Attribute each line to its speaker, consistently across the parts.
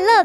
Speaker 1: 乐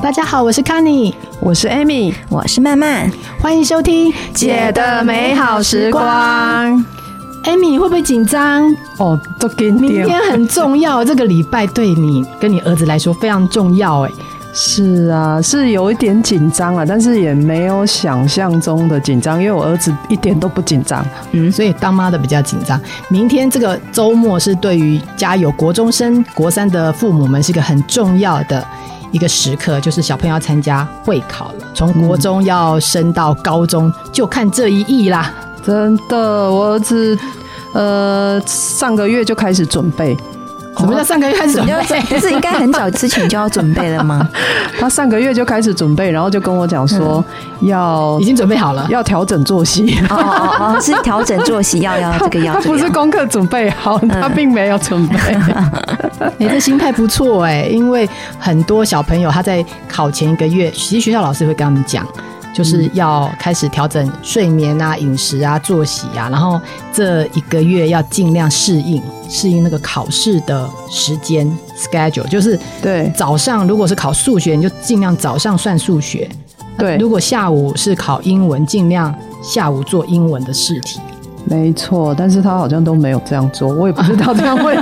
Speaker 2: 大家好，我是康妮，
Speaker 3: 我是 Amy，
Speaker 4: 我是曼曼，
Speaker 2: 欢迎收听《
Speaker 3: 姐的美好时光》。
Speaker 2: Amy 会不会紧张？
Speaker 3: 哦，都给你
Speaker 2: 明天很重要，这个礼拜对你跟你儿子来说非常重要。哎，
Speaker 3: 是啊，是有一点紧张啊，但是也没有想象中的紧张，因为我儿子一点都不紧张。
Speaker 2: 嗯，所以当妈的比较紧张。明天这个周末是对于家有国中生、国三的父母们是个很重要的。一个时刻就是小朋友要参加会考了，从国中要升到高中，嗯、就看这一役啦。
Speaker 3: 哦真的，我儿子，呃，上个月就开始准备。
Speaker 2: 什么叫上个月开始准 备？
Speaker 4: 不是应该很早之前就要准备了吗？
Speaker 3: 他上个月就开始准备，然后就跟我讲说要、
Speaker 2: 嗯、已经准备好了，
Speaker 3: 要调整作息。
Speaker 4: 哦哦哦，是调整作息，要 要 这个要。
Speaker 3: 他不是功课准备好，嗯、他并没有准 备。
Speaker 2: 哎欸，这心态不错哎、欸，因为很多小朋友他在考前一个月，其实学校老师会跟他们讲。就是要开始调整睡眠啊、饮食啊、作息啊，然后这一个月要尽量适应适应那个考试的时间 schedule，就是
Speaker 3: 对
Speaker 2: 早上如果是考数学，你就尽量早上算数学；
Speaker 3: 对，
Speaker 2: 如果下午是考英文，尽量下午做英文的试题。
Speaker 3: 没错，但是他好像都没有这样做，我也不知道这样会。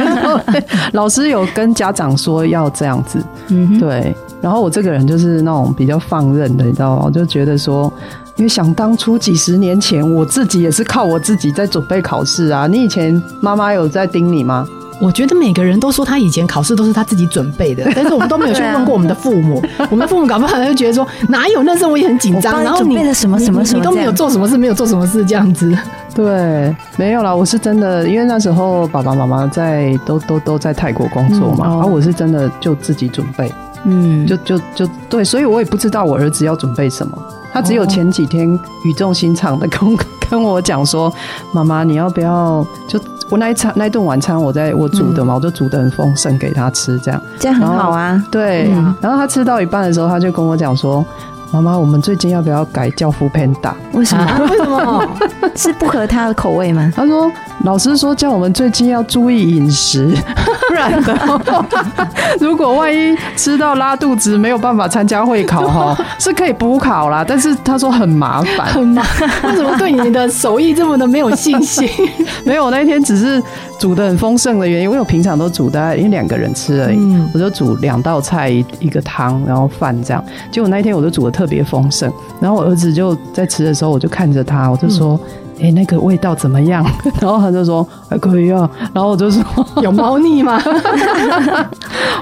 Speaker 3: 老师有跟家长说要这样子，嗯，对。然后我这个人就是那种比较放任的，你知道吗？我就觉得说，因为想当初几十年前，我自己也是靠我自己在准备考试啊。你以前妈妈有在盯你吗？
Speaker 2: 我觉得每个人都说他以前考试都是他自己准备 的，但是我们都没有去问过我们的父母。啊、我们父母搞不好就觉得说，哪有那时候我也很紧张，然后
Speaker 4: 你什么什么什么
Speaker 2: 都没有做什么事，没有做什么事这样子。
Speaker 3: 对，没有啦，我是真的，因为那时候爸爸妈妈在都都都在泰国工作嘛，然后、嗯哦啊、我是真的就自己准备。嗯，就就就对，所以我也不知道我儿子要准备什么。他只有前几天语重心长的 跟跟我讲说：“妈妈，你要不要？就我那一餐那一顿晚餐，我在我煮的嘛，嗯、我就煮的很丰盛给他吃，这样
Speaker 4: 这样很好啊。”
Speaker 3: 对，嗯、然后他吃到一半的时候，他就跟我讲说。妈妈，我们最近要不要改教父 Panda？
Speaker 4: 为什么？啊、为什么？ 是不合他的口味 吗？
Speaker 3: 他说，老师说叫我们最近要注意饮食， 不然的话， 如果万一吃到拉肚子，没有办法参加会考哈， 是可以补考啦。但是他说很麻 烦，
Speaker 2: 很麻烦。为什么对你的手艺这么的没有信心？
Speaker 3: 没有，我那天只是煮的很丰盛的原因，因为我平常都煮大概因为两个人吃而已，嗯、我就煮两道菜一一个汤，然后饭这样。结果那一天我就煮的。特别丰盛，然后我儿子就在吃的时候，我就看着他，我就说：“哎、嗯欸，那个味道怎么样？” 然后他就说：“还可以啊。”然后我就说：“
Speaker 2: 有猫腻吗？”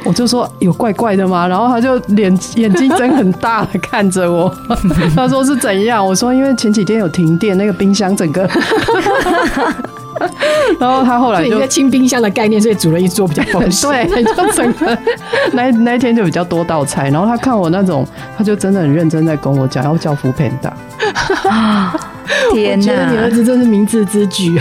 Speaker 3: 我就说：“有怪怪的吗？”然后他就脸眼睛睁很大的看着我， 他说：“是怎样？”我说：“因为前几天有停电，那个冰箱整个…… 然后他后来就
Speaker 2: 清冰箱的概念，所以煮了一桌比较
Speaker 4: 哦
Speaker 2: 丰盛。
Speaker 3: 对，就整个 那那一天就比较多道菜。然后他看我那种，他就真的很认真在跟我讲要叫福片大。
Speaker 4: 天
Speaker 2: 哪！我觉得你儿子真是明智之啊举。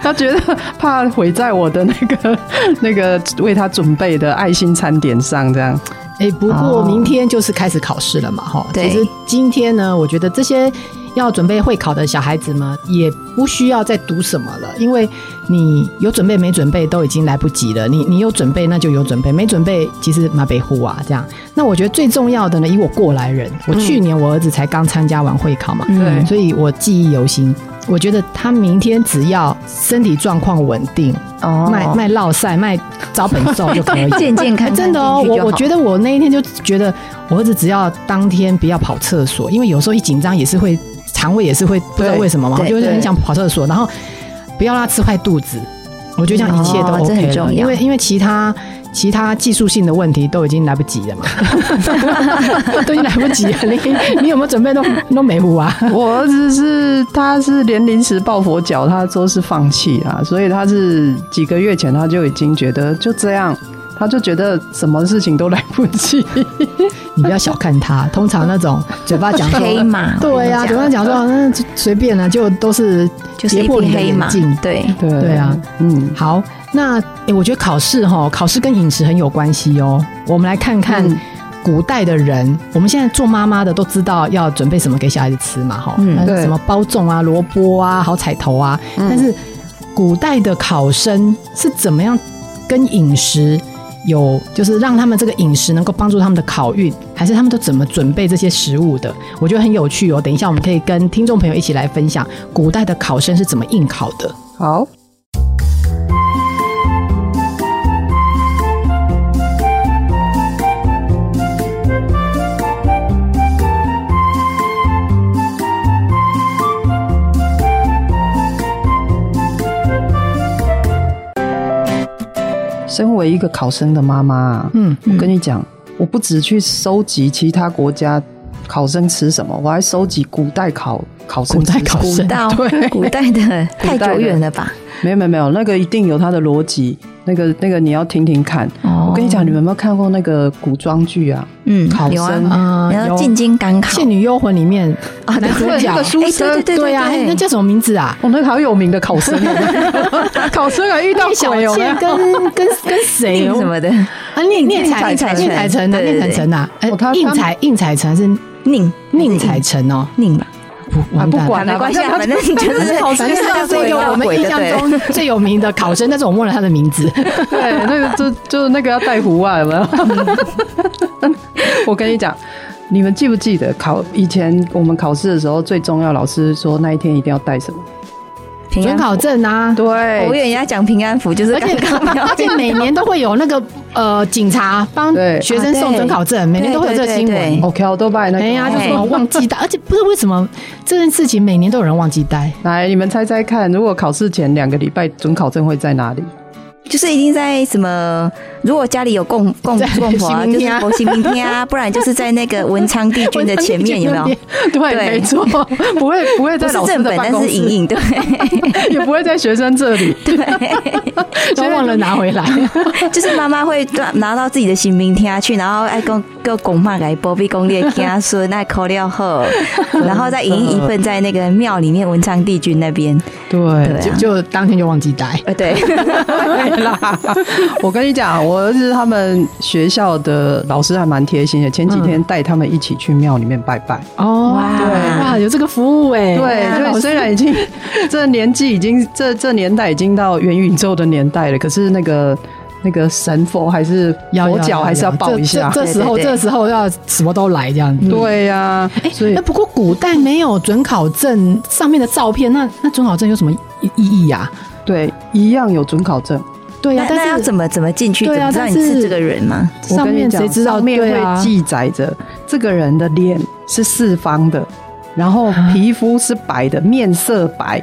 Speaker 3: 他觉得怕毁在我的那个那个为他准备的爱心餐点上，这样。
Speaker 2: 哎、欸，不
Speaker 3: 哦
Speaker 2: 过明天就是开始考试了嘛，哈、哦。其实今天呢，我觉得这些。要准备会考的小孩子们，也不需要再读什么了，因为你有准备没准备都已经来不及了。你你有准备那就有准备，没准备其实马北虎啊这样。那我觉得最重要的呢，以我过来人，我去年我儿子才刚参加完会考嘛，
Speaker 3: 对、嗯，
Speaker 2: 所以我记忆犹新。我觉得他明天只要身体状况稳定，哦，卖卖落赛卖招本寿就可以，
Speaker 4: 健健 康康、欸。
Speaker 2: 真的哦，我我觉得我那一天就觉得，我儿子只要当天不要跑厕所，因为有时候一紧张也是会。肠胃也是会不知道为什么嘛，就是很想跑厕所，然后不要让他吃坏肚子。我觉得这样一切都 OK 了，哦、因为因为其他其他技术性的问题都已经来不及了嘛， 都已经来不及了。你你有没有准备弄弄美糊啊？
Speaker 3: 我儿子是他是连临时抱佛啊脚，他都是放弃啦，所以他是几个月前他就已经觉得就这样。他就觉得什么事情都来不及。
Speaker 2: 你不要小看他，通常那种嘴巴讲说
Speaker 4: 黑马，
Speaker 2: 对呀、啊，嘴巴讲说那随便啊，就都是
Speaker 4: 就是
Speaker 2: 跌破你的
Speaker 4: 黑
Speaker 2: 眼
Speaker 4: 马
Speaker 2: 镜，。
Speaker 4: 对，
Speaker 3: 对
Speaker 2: 对啊，
Speaker 3: 嗯，
Speaker 2: 好，那诶，我觉得考试哈，考试跟饮食很有关系哦。我们来看看
Speaker 3: 嗯
Speaker 2: 古代的人，我们现在做妈妈的都知道要准备什么给小孩子吃嘛，哈，
Speaker 4: 嗯
Speaker 2: 那
Speaker 3: 对嗯
Speaker 2: 什么包粽啊、萝卜啊、好彩头啊。但是古代的考生是怎么样跟饮食有，就是让他们这个饮食能够帮助他们的考运，还是他们都怎么准备这些食物的？我觉得很有趣哦。等一下我们可以跟听众朋友一起来分享古代的考生是怎么应考的。
Speaker 3: 好，身为一个考生的妈妈，
Speaker 2: 嗯，
Speaker 3: 我跟你讲，我不只去收集其他国家考生吃什么，我还收集古代考考生
Speaker 2: 古代
Speaker 3: 吃
Speaker 2: 考
Speaker 3: 什么
Speaker 2: 生
Speaker 4: 到
Speaker 3: 对
Speaker 4: 古代的
Speaker 3: 古代
Speaker 4: 太
Speaker 3: 的
Speaker 4: 久远了吧？
Speaker 3: 没有没有没有，那个一定有它的逻辑，那个那个你要听听看。
Speaker 4: 哦
Speaker 3: 我跟你讲，你们有没有看过那个古装剧啊？
Speaker 4: 嗯，
Speaker 3: 考
Speaker 4: 有啊
Speaker 3: 生
Speaker 2: 啊
Speaker 4: 然
Speaker 2: 有
Speaker 4: 后进京赶
Speaker 2: 《
Speaker 4: 考
Speaker 2: 倩女幽魂》里面
Speaker 4: 啊
Speaker 2: 男主
Speaker 3: 对
Speaker 2: 角
Speaker 3: 那个书
Speaker 4: 哎
Speaker 3: 生，
Speaker 4: 对对对
Speaker 2: 对呀、
Speaker 4: 对
Speaker 2: 那叫什么名字啊？
Speaker 3: 哦，那个好有名的考生哦，考生啊遇到
Speaker 2: 哎小
Speaker 3: 鬼有没有
Speaker 2: 倩？跟跟跟谁？
Speaker 4: 哦 应什么的
Speaker 2: 啊？宁宁采
Speaker 4: 宁采臣
Speaker 2: 宁采臣啊，
Speaker 4: 对对
Speaker 2: 宁采臣啊，哎
Speaker 3: 哦他，
Speaker 2: 应采应采臣还是
Speaker 4: 宁
Speaker 2: 宁采臣哦，
Speaker 4: 宁吧，
Speaker 2: 不
Speaker 3: 啊
Speaker 2: 完
Speaker 3: 不
Speaker 2: 蛋了
Speaker 3: 管
Speaker 4: 啊没关系啊，
Speaker 3: 反
Speaker 4: 反
Speaker 3: 正
Speaker 4: 正 你就
Speaker 2: 反
Speaker 4: 是
Speaker 2: 正反正他就是一个我们印象 中最有名的考生，但是我忘了他的名字。
Speaker 3: 对，那个就就那个要戴胡啊，有没 有？我跟你讲，你们记不记得考以前我们考试的时候，最重要老师说那一天一定要带什么？哦
Speaker 4: 平
Speaker 2: 准
Speaker 4: 安
Speaker 2: 考证啊，
Speaker 4: 我以
Speaker 3: 对，
Speaker 4: 为人家讲平安符，就是
Speaker 2: 而且
Speaker 4: 刚刚
Speaker 2: 而且每年都会有那个呃警察帮
Speaker 3: 对
Speaker 2: 学生送准考证，每年都会有这个新
Speaker 4: 啊对对对
Speaker 2: 闻
Speaker 4: 对。
Speaker 3: 我考哦都拜那个。哦
Speaker 2: 哎呀，就
Speaker 4: 对
Speaker 2: 什么忘记带，而且不知道为什么这件事情每年都有人忘记带。
Speaker 3: 来，你们猜猜看，如果考试前两个礼拜准考证会在哪里？
Speaker 4: 就是一定在什么，如果家里有 供供
Speaker 2: 在
Speaker 4: 供佛啊，
Speaker 2: 新
Speaker 4: 就
Speaker 2: 兵
Speaker 4: 是
Speaker 2: 啊
Speaker 4: 佛西明天啊，不然就是在那个文昌帝君的前面，有 没有？？
Speaker 3: 对，
Speaker 4: 对
Speaker 3: 没错， 不会不会
Speaker 4: 不
Speaker 3: 在
Speaker 4: 是
Speaker 3: 老师
Speaker 4: 正
Speaker 3: 的
Speaker 4: 本，
Speaker 3: 办
Speaker 4: 但
Speaker 3: 公
Speaker 4: 是影
Speaker 3: 室，
Speaker 4: 印，对
Speaker 3: 也不会在学生这里。
Speaker 4: 对，
Speaker 2: 都忘了拿回来。
Speaker 4: 就是妈妈会拿拿到自己的新明天啊去，然后爱跟跟拱骂来波比攻略天啊 说那扣掉后，然后再影印一份在那个庙里面文昌帝君那边，
Speaker 3: 对
Speaker 4: 对
Speaker 2: 就
Speaker 4: 啊
Speaker 2: 就当天就忘记带。
Speaker 4: 呃 对，
Speaker 3: 对啦，我跟你讲，我儿子他们学校的老师还蛮贴心的，前几天带他们一起去庙里面拜拜。
Speaker 2: 哦
Speaker 4: 哇
Speaker 2: 对哇，有这个服务哎，
Speaker 3: 对，
Speaker 4: 啊
Speaker 3: 所以虽然已经 这年纪已经这这年代已经到元宇宙的年代了，可是那个那个神佛还是
Speaker 2: 要
Speaker 3: 佛脚还是要抱一下。
Speaker 2: 这这这时候，
Speaker 4: 对对对
Speaker 2: 这时候要什么都来这样子。
Speaker 3: 对呀、所以
Speaker 2: 哎那不过古代没有准考证上面的照片，那那准考证有什么意意义啊？
Speaker 3: 对一样有准考证，
Speaker 2: 对呀
Speaker 4: 那，那要
Speaker 2: 但是
Speaker 4: 怎么怎么进去？怎
Speaker 2: 对
Speaker 4: 么
Speaker 2: 啊
Speaker 4: 知道你
Speaker 2: 但是
Speaker 4: 是这个人吗？
Speaker 3: 我
Speaker 2: 上
Speaker 3: 跟你
Speaker 2: 面
Speaker 3: 讲，
Speaker 2: 谁知道
Speaker 3: 上面
Speaker 2: 对啊
Speaker 3: 会记载着这个人的脸是四方的，然后
Speaker 2: 啊
Speaker 3: 皮肤是白的，面色白。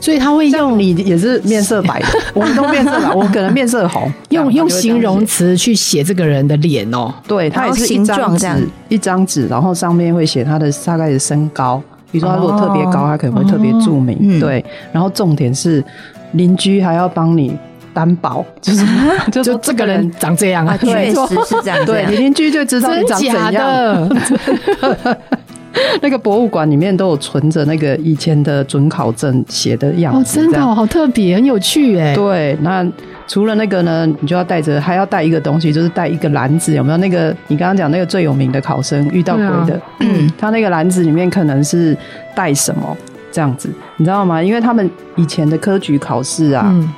Speaker 2: 所以他会
Speaker 3: 像
Speaker 2: 用
Speaker 3: 你也是面色 白的，我们都面色白，我可能面色红，
Speaker 2: 用用
Speaker 3: 这样
Speaker 2: 形容
Speaker 3: 就会这样写
Speaker 2: 词去写这个人的脸哦。
Speaker 3: 对，它也
Speaker 4: 然后
Speaker 3: 是一
Speaker 4: 形
Speaker 3: 张
Speaker 4: 状这样
Speaker 3: 纸，一张纸，然后上面会写他的大概的身高，比如说他如果特别
Speaker 2: 哦
Speaker 3: 高，他可能会特别注明，
Speaker 4: 嗯
Speaker 3: 对，然后重点是邻居还要帮你担保，就是 就
Speaker 2: 啊就
Speaker 3: 说
Speaker 2: 这个人长这样啊，
Speaker 4: 啊，确
Speaker 2: 没
Speaker 4: 实
Speaker 2: 错
Speaker 4: 是这样，啊
Speaker 3: 对
Speaker 4: 这
Speaker 3: 你
Speaker 4: 样
Speaker 3: 邻居就知道你
Speaker 2: 真
Speaker 3: 长
Speaker 2: 假
Speaker 3: 怎样。
Speaker 2: 的，
Speaker 3: 那个博物馆里面都有存着那个以前的准考证写的样
Speaker 2: 哦，
Speaker 3: 子，
Speaker 2: 真
Speaker 3: 这
Speaker 2: 的
Speaker 3: 样
Speaker 2: 哦，好特别，很有趣哎。
Speaker 3: 对，那除了那个呢，你就要带着，还要带一个东西，就是带一个篮子，有没有？那个你刚刚讲那个最有名的考生遇到鬼
Speaker 2: 对
Speaker 3: 的，嗯， 他那个篮子里面可能是带什么这样子，你知道吗？因为他们以前的科举考试啊，
Speaker 2: 嗯，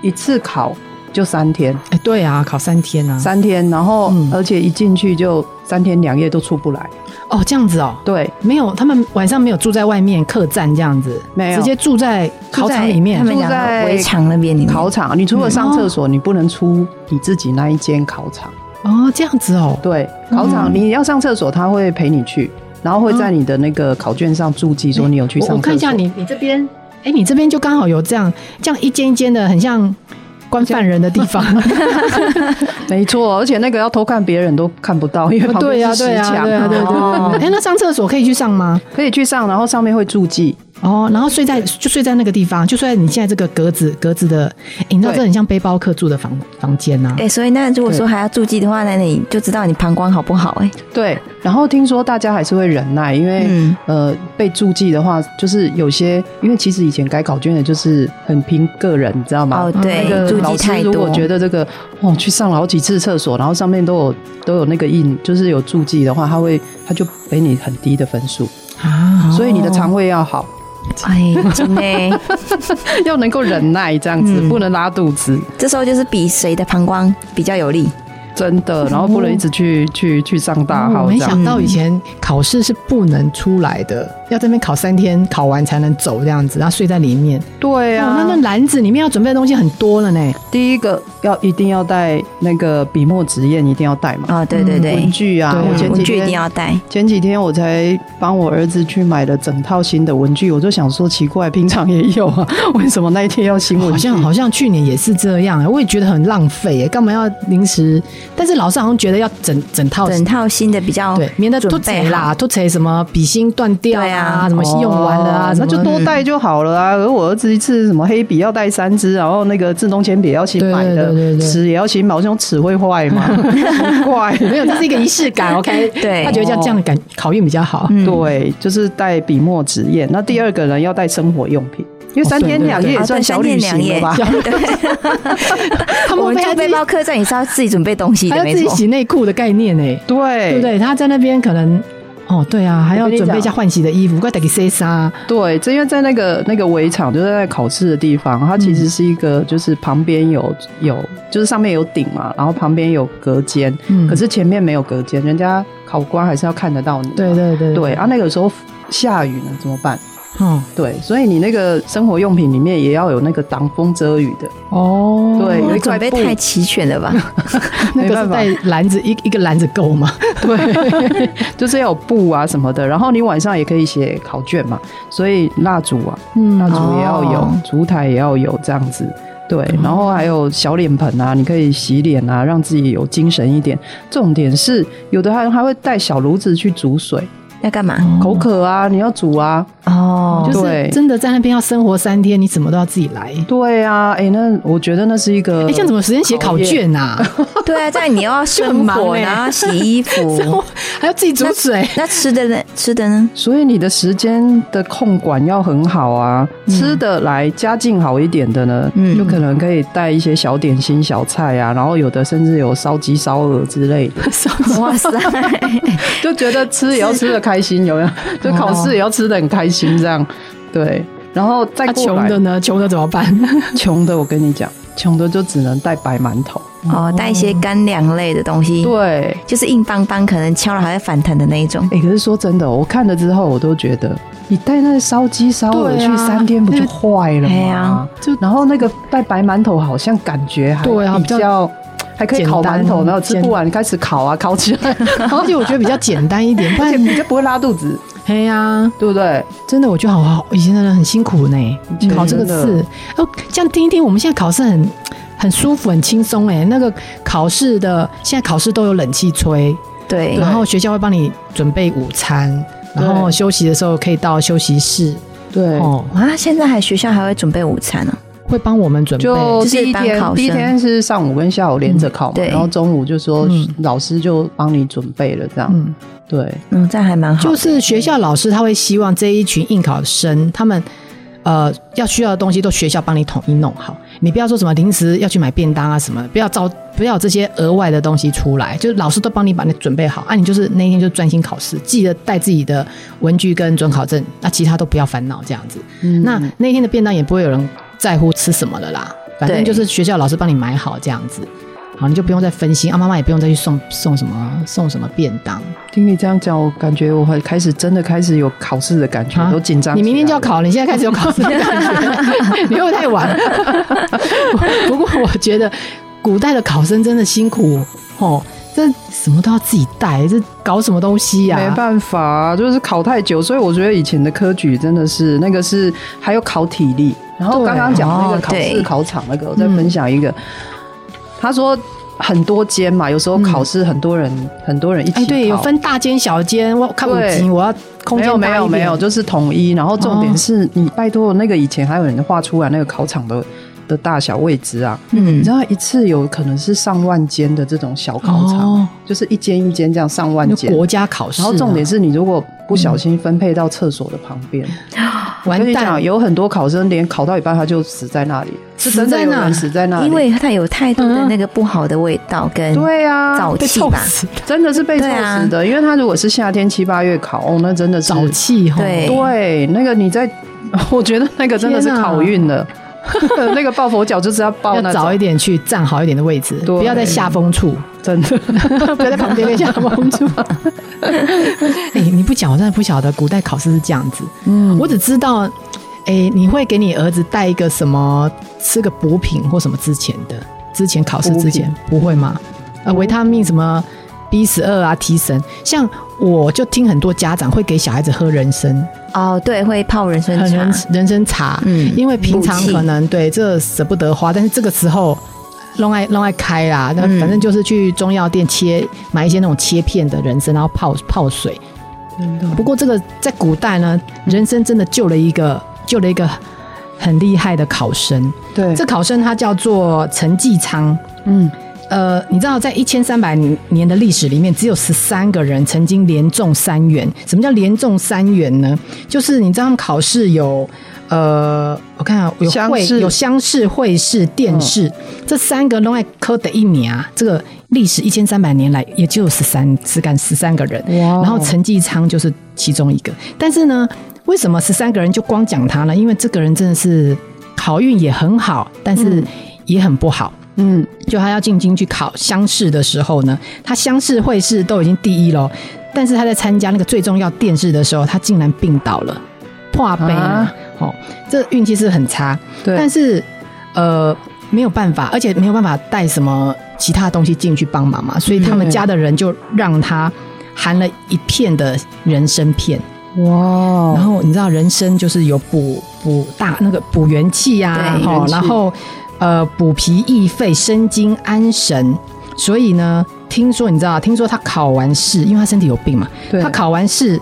Speaker 3: 一次考就三天，
Speaker 2: 哎，对啊，考三天啊，
Speaker 3: 三天，然后、
Speaker 2: 嗯
Speaker 3: 而且一进去就三天两夜都出不来，
Speaker 2: 哦，这样子哦，
Speaker 3: 对，
Speaker 2: 没有，他们晚上没有住在外面客栈这样子，
Speaker 3: 没有
Speaker 2: 直接住在考场里面
Speaker 4: 他。们
Speaker 3: 住
Speaker 4: 讲
Speaker 3: 在
Speaker 4: 的围场那边里面，
Speaker 3: 考场你除了上
Speaker 2: 嗯
Speaker 3: 厕所，你不能出你自己那一间考场。
Speaker 2: 哦，这样子哦，
Speaker 3: 对，考场你要上厕所，他会陪你去，然后会在你的那个考卷上注记说你有去上厕
Speaker 2: 我嗯
Speaker 3: 所。
Speaker 2: 我看一下你，你这边，哎，你这边就刚好有这样这样一间一间的，很像关犯人的地 方。
Speaker 3: 没错，而且那个要偷看别人都看不到，因为旁
Speaker 2: 哦对
Speaker 3: 边
Speaker 2: 呀，
Speaker 3: 是
Speaker 2: 对啊
Speaker 3: 石
Speaker 2: 呀，
Speaker 3: 墙，
Speaker 2: 对呀，对呀对呀。
Speaker 4: 哦
Speaker 2: 哎，那上厕所可以去上吗？
Speaker 3: 可以去上，然后上面会注记。
Speaker 2: 哦，然后睡在就睡在那个地方，就睡在你现在这个格子格子的，诶你知道
Speaker 3: 对
Speaker 2: 这很像背包客住的房房间啊呐、
Speaker 4: 哎、所以那如果说还要注记的话，那你就知道你膀胱好不好哎、
Speaker 3: 对，然后听说大家还是会忍耐，因为、
Speaker 4: 嗯
Speaker 3: 呃被注记的话，就是有些因为其实以前改考卷的就是很拼个人，你知道吗？
Speaker 4: 哦，
Speaker 3: 那
Speaker 4: 对，
Speaker 3: 个
Speaker 4: 注
Speaker 3: 老
Speaker 4: 记
Speaker 3: 师
Speaker 4: 太
Speaker 3: 如
Speaker 4: 多
Speaker 3: 果，觉得这个哦，去上了好几次厕所，然后上面都有都有那个印，就是有注记的话，他会他就给你很低的分数，
Speaker 4: 哦
Speaker 2: 啊，
Speaker 3: 所以你的肠胃要好，
Speaker 4: 哎，真的，
Speaker 3: 要能够忍耐这样子，
Speaker 4: 嗯
Speaker 3: 不能拉肚子，
Speaker 4: 这时候就是比谁的膀胱比较有力。
Speaker 3: 真
Speaker 4: 哦
Speaker 3: 的，然后不能一直去、去去上大
Speaker 2: 哦我
Speaker 3: 号
Speaker 2: 没
Speaker 3: 这样。
Speaker 2: 想到以前考试是不能出来的，要这边考三天，考完才能走这样子，然后睡在里面。
Speaker 3: 对
Speaker 2: 哦
Speaker 3: 啊，
Speaker 2: 那那篮子里面要准备的东西很多了呢。
Speaker 3: 第一个要一定要带那个笔墨纸砚，一定要带嘛。
Speaker 4: 哦，对对对
Speaker 3: 文，具啊，
Speaker 2: 对
Speaker 3: 我前
Speaker 4: 文
Speaker 3: 几
Speaker 4: 具一定
Speaker 3: 天
Speaker 4: 要带。
Speaker 3: 前几天我才帮我儿子去买了整套新的文具，我就想说奇怪，平常也有啊， 为什么那一天要新文
Speaker 2: 好
Speaker 3: 具？
Speaker 2: 像好像去年也是这样，我也觉得很浪费耶，干嘛要临时？但是老师好像觉得要整整套。
Speaker 4: 整套新的比
Speaker 2: 哦
Speaker 4: 较
Speaker 2: 对，免得
Speaker 4: 准
Speaker 2: 吐
Speaker 4: 备
Speaker 2: 贼啦，吐贼什么笔芯断掉
Speaker 4: 对
Speaker 2: 啊，
Speaker 4: 啊
Speaker 2: 什么用完了啊，
Speaker 3: 哦
Speaker 2: 什么
Speaker 3: 那就多带就好了啊。而我儿子一次什么黑笔要带三支，然后那个自动铅笔也要新买
Speaker 2: 对对对对
Speaker 3: 的，
Speaker 2: 对
Speaker 3: 尺也要新买，我想尺会 坏嘛，奇怪。
Speaker 2: 没有，这是一个仪式感，OK？
Speaker 4: 对
Speaker 2: 他觉得这样这样感考运比较好。
Speaker 4: 嗯
Speaker 3: 对，就是带笔墨纸砚。那第二个人要带生活用品，因为
Speaker 2: 哦
Speaker 3: 三天
Speaker 2: 对对
Speaker 3: 两夜
Speaker 2: 对啊
Speaker 3: 也
Speaker 4: 啊
Speaker 3: 算
Speaker 4: 对
Speaker 3: 小
Speaker 4: 三
Speaker 3: 旅
Speaker 4: 天
Speaker 3: 行
Speaker 4: 两
Speaker 3: 了
Speaker 4: 夜
Speaker 3: 吧？
Speaker 2: 他
Speaker 4: 我
Speaker 2: 们
Speaker 4: 们
Speaker 2: 被他
Speaker 4: 做
Speaker 2: 自
Speaker 4: 背
Speaker 2: 己
Speaker 4: 包客栈也是要自己准备东西
Speaker 2: 还
Speaker 4: 的，
Speaker 2: 要
Speaker 4: 没
Speaker 2: 自己
Speaker 4: 错。
Speaker 2: 洗内裤的概念呢，对
Speaker 3: 对
Speaker 2: 不对？他在那边可能哦，对啊，还要
Speaker 3: 我跟你
Speaker 2: 准备一下
Speaker 3: 讲
Speaker 2: 换洗的衣服，怪得给塞沙。
Speaker 3: 对，这因为在那个那个围场，就是在考试的地方，它其实是一个，就是旁边有有，就是上面有顶嘛，然后旁边有隔间，
Speaker 2: 嗯
Speaker 3: 可是前面没有隔间，人家考官还是要看得到你嘛。
Speaker 2: 对对对
Speaker 3: 对，啊，那个时候下雨呢怎么办？
Speaker 2: 嗯
Speaker 3: 对，所以你那个生活用品里面也要有那个挡风遮雨的，
Speaker 2: 哦，
Speaker 3: 对有一
Speaker 4: 我
Speaker 3: 块
Speaker 4: 准备
Speaker 3: 布
Speaker 4: 太齐全了吧？
Speaker 2: 那
Speaker 3: 没
Speaker 2: 个
Speaker 3: 办
Speaker 2: 是
Speaker 3: 法
Speaker 2: 带篮子一一个篮子够吗？
Speaker 3: 对，就是要有布啊什么的。然后你晚上也可以写考卷嘛，所以蜡烛啊，
Speaker 2: 嗯
Speaker 3: 蜡烛也要有
Speaker 4: 哦，
Speaker 3: 烛台也要有这样子。对，
Speaker 2: 嗯
Speaker 3: 然后还有小脸盆啊，你可以洗脸啊，让自己有精神一点。重点是，有的还还会带小炉子去煮水，
Speaker 4: 要干嘛？
Speaker 2: 哦
Speaker 3: 口渴啊，你要煮啊。
Speaker 4: 哦，
Speaker 2: 就是
Speaker 3: 对
Speaker 2: 真的在那边要生活三天，你怎么都要自己来。
Speaker 3: 对啊，哎，那我觉得那是一个，
Speaker 2: 哎，这样怎么有时间写考卷呐？
Speaker 4: 对啊，这样你又要
Speaker 2: 就很
Speaker 4: 生
Speaker 2: 忙
Speaker 4: 火，
Speaker 2: 欸
Speaker 4: 然后要洗 衣服，
Speaker 2: 还要自己煮
Speaker 4: 那
Speaker 2: 水，
Speaker 4: 那吃的呢？吃的 呢？
Speaker 3: 所以你的时间的控管要很好啊，吃的来家境好一点的呢，
Speaker 4: 嗯
Speaker 3: 就可能可以带一些小点心、小菜啊，然后有的甚至有烧鸡、烧鹅之类的，
Speaker 4: 哇塞！
Speaker 3: 就觉得吃也要吃的开心，有没有？ 就考试也要吃的很开心，这样对。然后再
Speaker 2: 那
Speaker 3: 过
Speaker 2: 啊穷
Speaker 3: 来，
Speaker 2: 的呢？穷的怎么办？
Speaker 3: 穷的我跟你讲，穷的就只能带白馒头，
Speaker 4: 哦，带一些干粮类的东西，
Speaker 3: 对。
Speaker 4: 就是硬邦邦，可能敲了还会反弹的那一种。
Speaker 3: 哎、可是说真的，我看了之后，我都觉得，你带那烧鸡烧鹅
Speaker 2: 对
Speaker 3: 去
Speaker 2: 啊
Speaker 3: 三天，不就
Speaker 2: 那
Speaker 3: 坏了
Speaker 4: 哎
Speaker 3: 吗
Speaker 4: 呀？
Speaker 3: 就然后那个带白馒头，好像感觉还
Speaker 2: 对啊
Speaker 3: 比
Speaker 2: 比较
Speaker 3: 较还可以烤馒头，
Speaker 2: 简单
Speaker 3: 然后吃不完开始烤啊，烤起 来，
Speaker 2: 而且我觉得比较简单一点，不
Speaker 3: 而且
Speaker 2: 然
Speaker 3: 比较不会拉肚子，
Speaker 2: 哎呀，
Speaker 3: 对不对？
Speaker 2: 真的我觉得好好，以前的人很辛苦呢，
Speaker 3: 前
Speaker 2: 考这个
Speaker 3: 真的
Speaker 2: 试。哦，这样听一听，我们现在考试很很舒服、很轻松哎。那个考试的现在考试都有冷气吹，
Speaker 4: 对，
Speaker 2: 然后学校会帮你准备午餐，然后
Speaker 3: 对
Speaker 2: 休息的时候可以到休息室
Speaker 3: 对。
Speaker 2: 哦，
Speaker 4: 啊，现在还学校还会准备午餐哦呢。
Speaker 2: 会帮我们准备。
Speaker 3: 就
Speaker 4: 就是
Speaker 3: 第一
Speaker 4: 班
Speaker 3: 天
Speaker 4: 考，生
Speaker 3: 第一天是上午跟下午连着考嘛，
Speaker 4: 嗯对
Speaker 3: 然后中午就说
Speaker 2: 嗯
Speaker 3: 老师就帮你准备了，这样、
Speaker 2: 嗯，
Speaker 3: 对，
Speaker 4: 嗯，这样还蛮好
Speaker 2: 就
Speaker 4: 的。
Speaker 2: 是学校老师他会希望这一群应考生他们。呃，要需要的东西都学校帮你统一弄好，你不要说什么临时要去买便当啊什么，不要招不要有这些额外的东西出来，就是老师都帮你把你准备好啊，你就是那一天就专心考试，记得带自己的文具跟准考证，那、其他都不要烦恼这样子。
Speaker 3: 嗯
Speaker 2: 那那天的便当也不会有人在乎吃什么了啦，反正
Speaker 4: 对
Speaker 2: 就是学校老师帮你买好这样子，好你就不用再分心啊，妈妈也不用再去送送什么送什么便当。
Speaker 3: 听你这样讲，我感觉我还开始真的开始有考试的感觉，
Speaker 2: 啊
Speaker 3: 都紧张起
Speaker 2: 你
Speaker 3: 来了。
Speaker 2: 明天就要考了，你现在开始有考试的感觉， 你会不会太晚了？ 不过我觉得古代的考生真的辛苦哦，这什么都要自己带，这搞什么东西啊呀、
Speaker 3: 没办法、就是考太久，所以我觉得以前的科举真的是那个是还有考体力。然后
Speaker 2: 对
Speaker 3: 刚刚讲那个
Speaker 4: 哦
Speaker 3: 考试
Speaker 4: 对
Speaker 3: 考场那个，我再分享一个，他说很多
Speaker 2: 嗯哎
Speaker 3: 间嘛，有时候考试很多人、很多人一起考，
Speaker 2: 哎，对，有分大间小间，我看五
Speaker 3: 对
Speaker 2: 级，我要空
Speaker 3: 没有
Speaker 2: 间
Speaker 3: 没
Speaker 2: 大
Speaker 3: 有
Speaker 2: 一
Speaker 3: 没有，
Speaker 2: 点。哦
Speaker 3: 就是统一。然后重点是你拜托那个以前还有人画出来那个考场的的大小位置啊，
Speaker 4: 嗯
Speaker 3: 你知，道一次有可能是上万间的这种小考场，
Speaker 2: 哦，
Speaker 3: 就是一间一间这样上万
Speaker 2: 那
Speaker 3: 间。
Speaker 2: 国家考试啊，
Speaker 3: 然后重点是你如果不小心分配到厕所的旁边，跟
Speaker 2: 嗯完
Speaker 3: 你
Speaker 2: 蛋
Speaker 3: 讲，，有很多考生连考到一半他就死在那里，是真的有人死在那里，
Speaker 4: 因为它有太多的那个不好的味道跟
Speaker 3: 对啊，
Speaker 4: 沼
Speaker 2: 被
Speaker 4: 气
Speaker 2: 臭
Speaker 4: 吧，
Speaker 2: 死，
Speaker 3: 真的是被臭
Speaker 2: 啊
Speaker 3: 死的，因为他如果是夏天七八月考，哦，那真的是
Speaker 2: 沼气哦哈，
Speaker 4: 对
Speaker 3: 对，那个你在，我觉得那个真的是 考运了，那个抱佛脚就是要抱
Speaker 2: 要
Speaker 3: 那
Speaker 2: 早
Speaker 3: 种
Speaker 2: 一点去站好一点的位置，
Speaker 3: 对
Speaker 2: 不要在下风处，
Speaker 3: 真的，
Speaker 2: 不要在旁边被下风处。 哎、你不讲，我真的不晓得古代考试是这样子。嗯，我只知道，哎、你会给你儿子带一个什么吃个补品或什么之前的，之前考试之前不会吗？呃，维他命什么 B 十二啊，提神。像我就听很多家长会给小孩子喝人参，
Speaker 4: 哦，对，会泡人参
Speaker 2: 很
Speaker 4: 茶
Speaker 2: 人，人参茶，
Speaker 4: 嗯
Speaker 2: 因为平常
Speaker 4: 补气
Speaker 2: 可能对这舍不得花，但是这个时候弄爱弄爱开啦，那
Speaker 4: 嗯
Speaker 2: 反正就是去中药店切买一些那种切片的人参，然后泡泡水。不过这个在古代呢，人参真的救了一个救了一个很厉害的考生，
Speaker 3: 对，
Speaker 2: 这考生他叫做陈继昌。
Speaker 3: 嗯，
Speaker 2: 呃，你知道，在一千三百年的历史里面，只有十三个人曾经连中三元。什么叫连中三元呢？就是你知道，他们考试有呃，我看啊，有
Speaker 3: 乡
Speaker 2: 会
Speaker 3: 试
Speaker 2: 有乡试、会试、殿试、这三个都在科的一年啊。这个历史一千三百年来，也只有十三只干十三个人。
Speaker 3: 哇哦
Speaker 2: 然后陈继昌就是其中一个。但是呢，为什么十三个人就光讲他呢？因为这个人真的是考运也很好，但是也很不好。
Speaker 3: 嗯，
Speaker 2: 就他要进京去考乡试的时候呢，他乡试会试都已经第一喽，但是他在参加那个最重要殿试的时候，他竟然病倒了，破杯了，
Speaker 3: 啊
Speaker 2: 哦，这运气是很差，
Speaker 3: 对，
Speaker 2: 但是呃没有办法，而且没有办法带什么其他东西进去帮忙嘛，所以他们
Speaker 3: 嗯
Speaker 2: 家的人就让他含了一片的人参片，
Speaker 3: 哇
Speaker 2: 然，后你知道人参就是有补补大那个补元气呀、啊，
Speaker 4: 对
Speaker 2: 齁
Speaker 3: 元气
Speaker 2: 然后呃补脾益肺、生津安神，所以呢，听说你知道，听说他考完试，因为他身体有病嘛，
Speaker 3: 对
Speaker 2: 他考完试，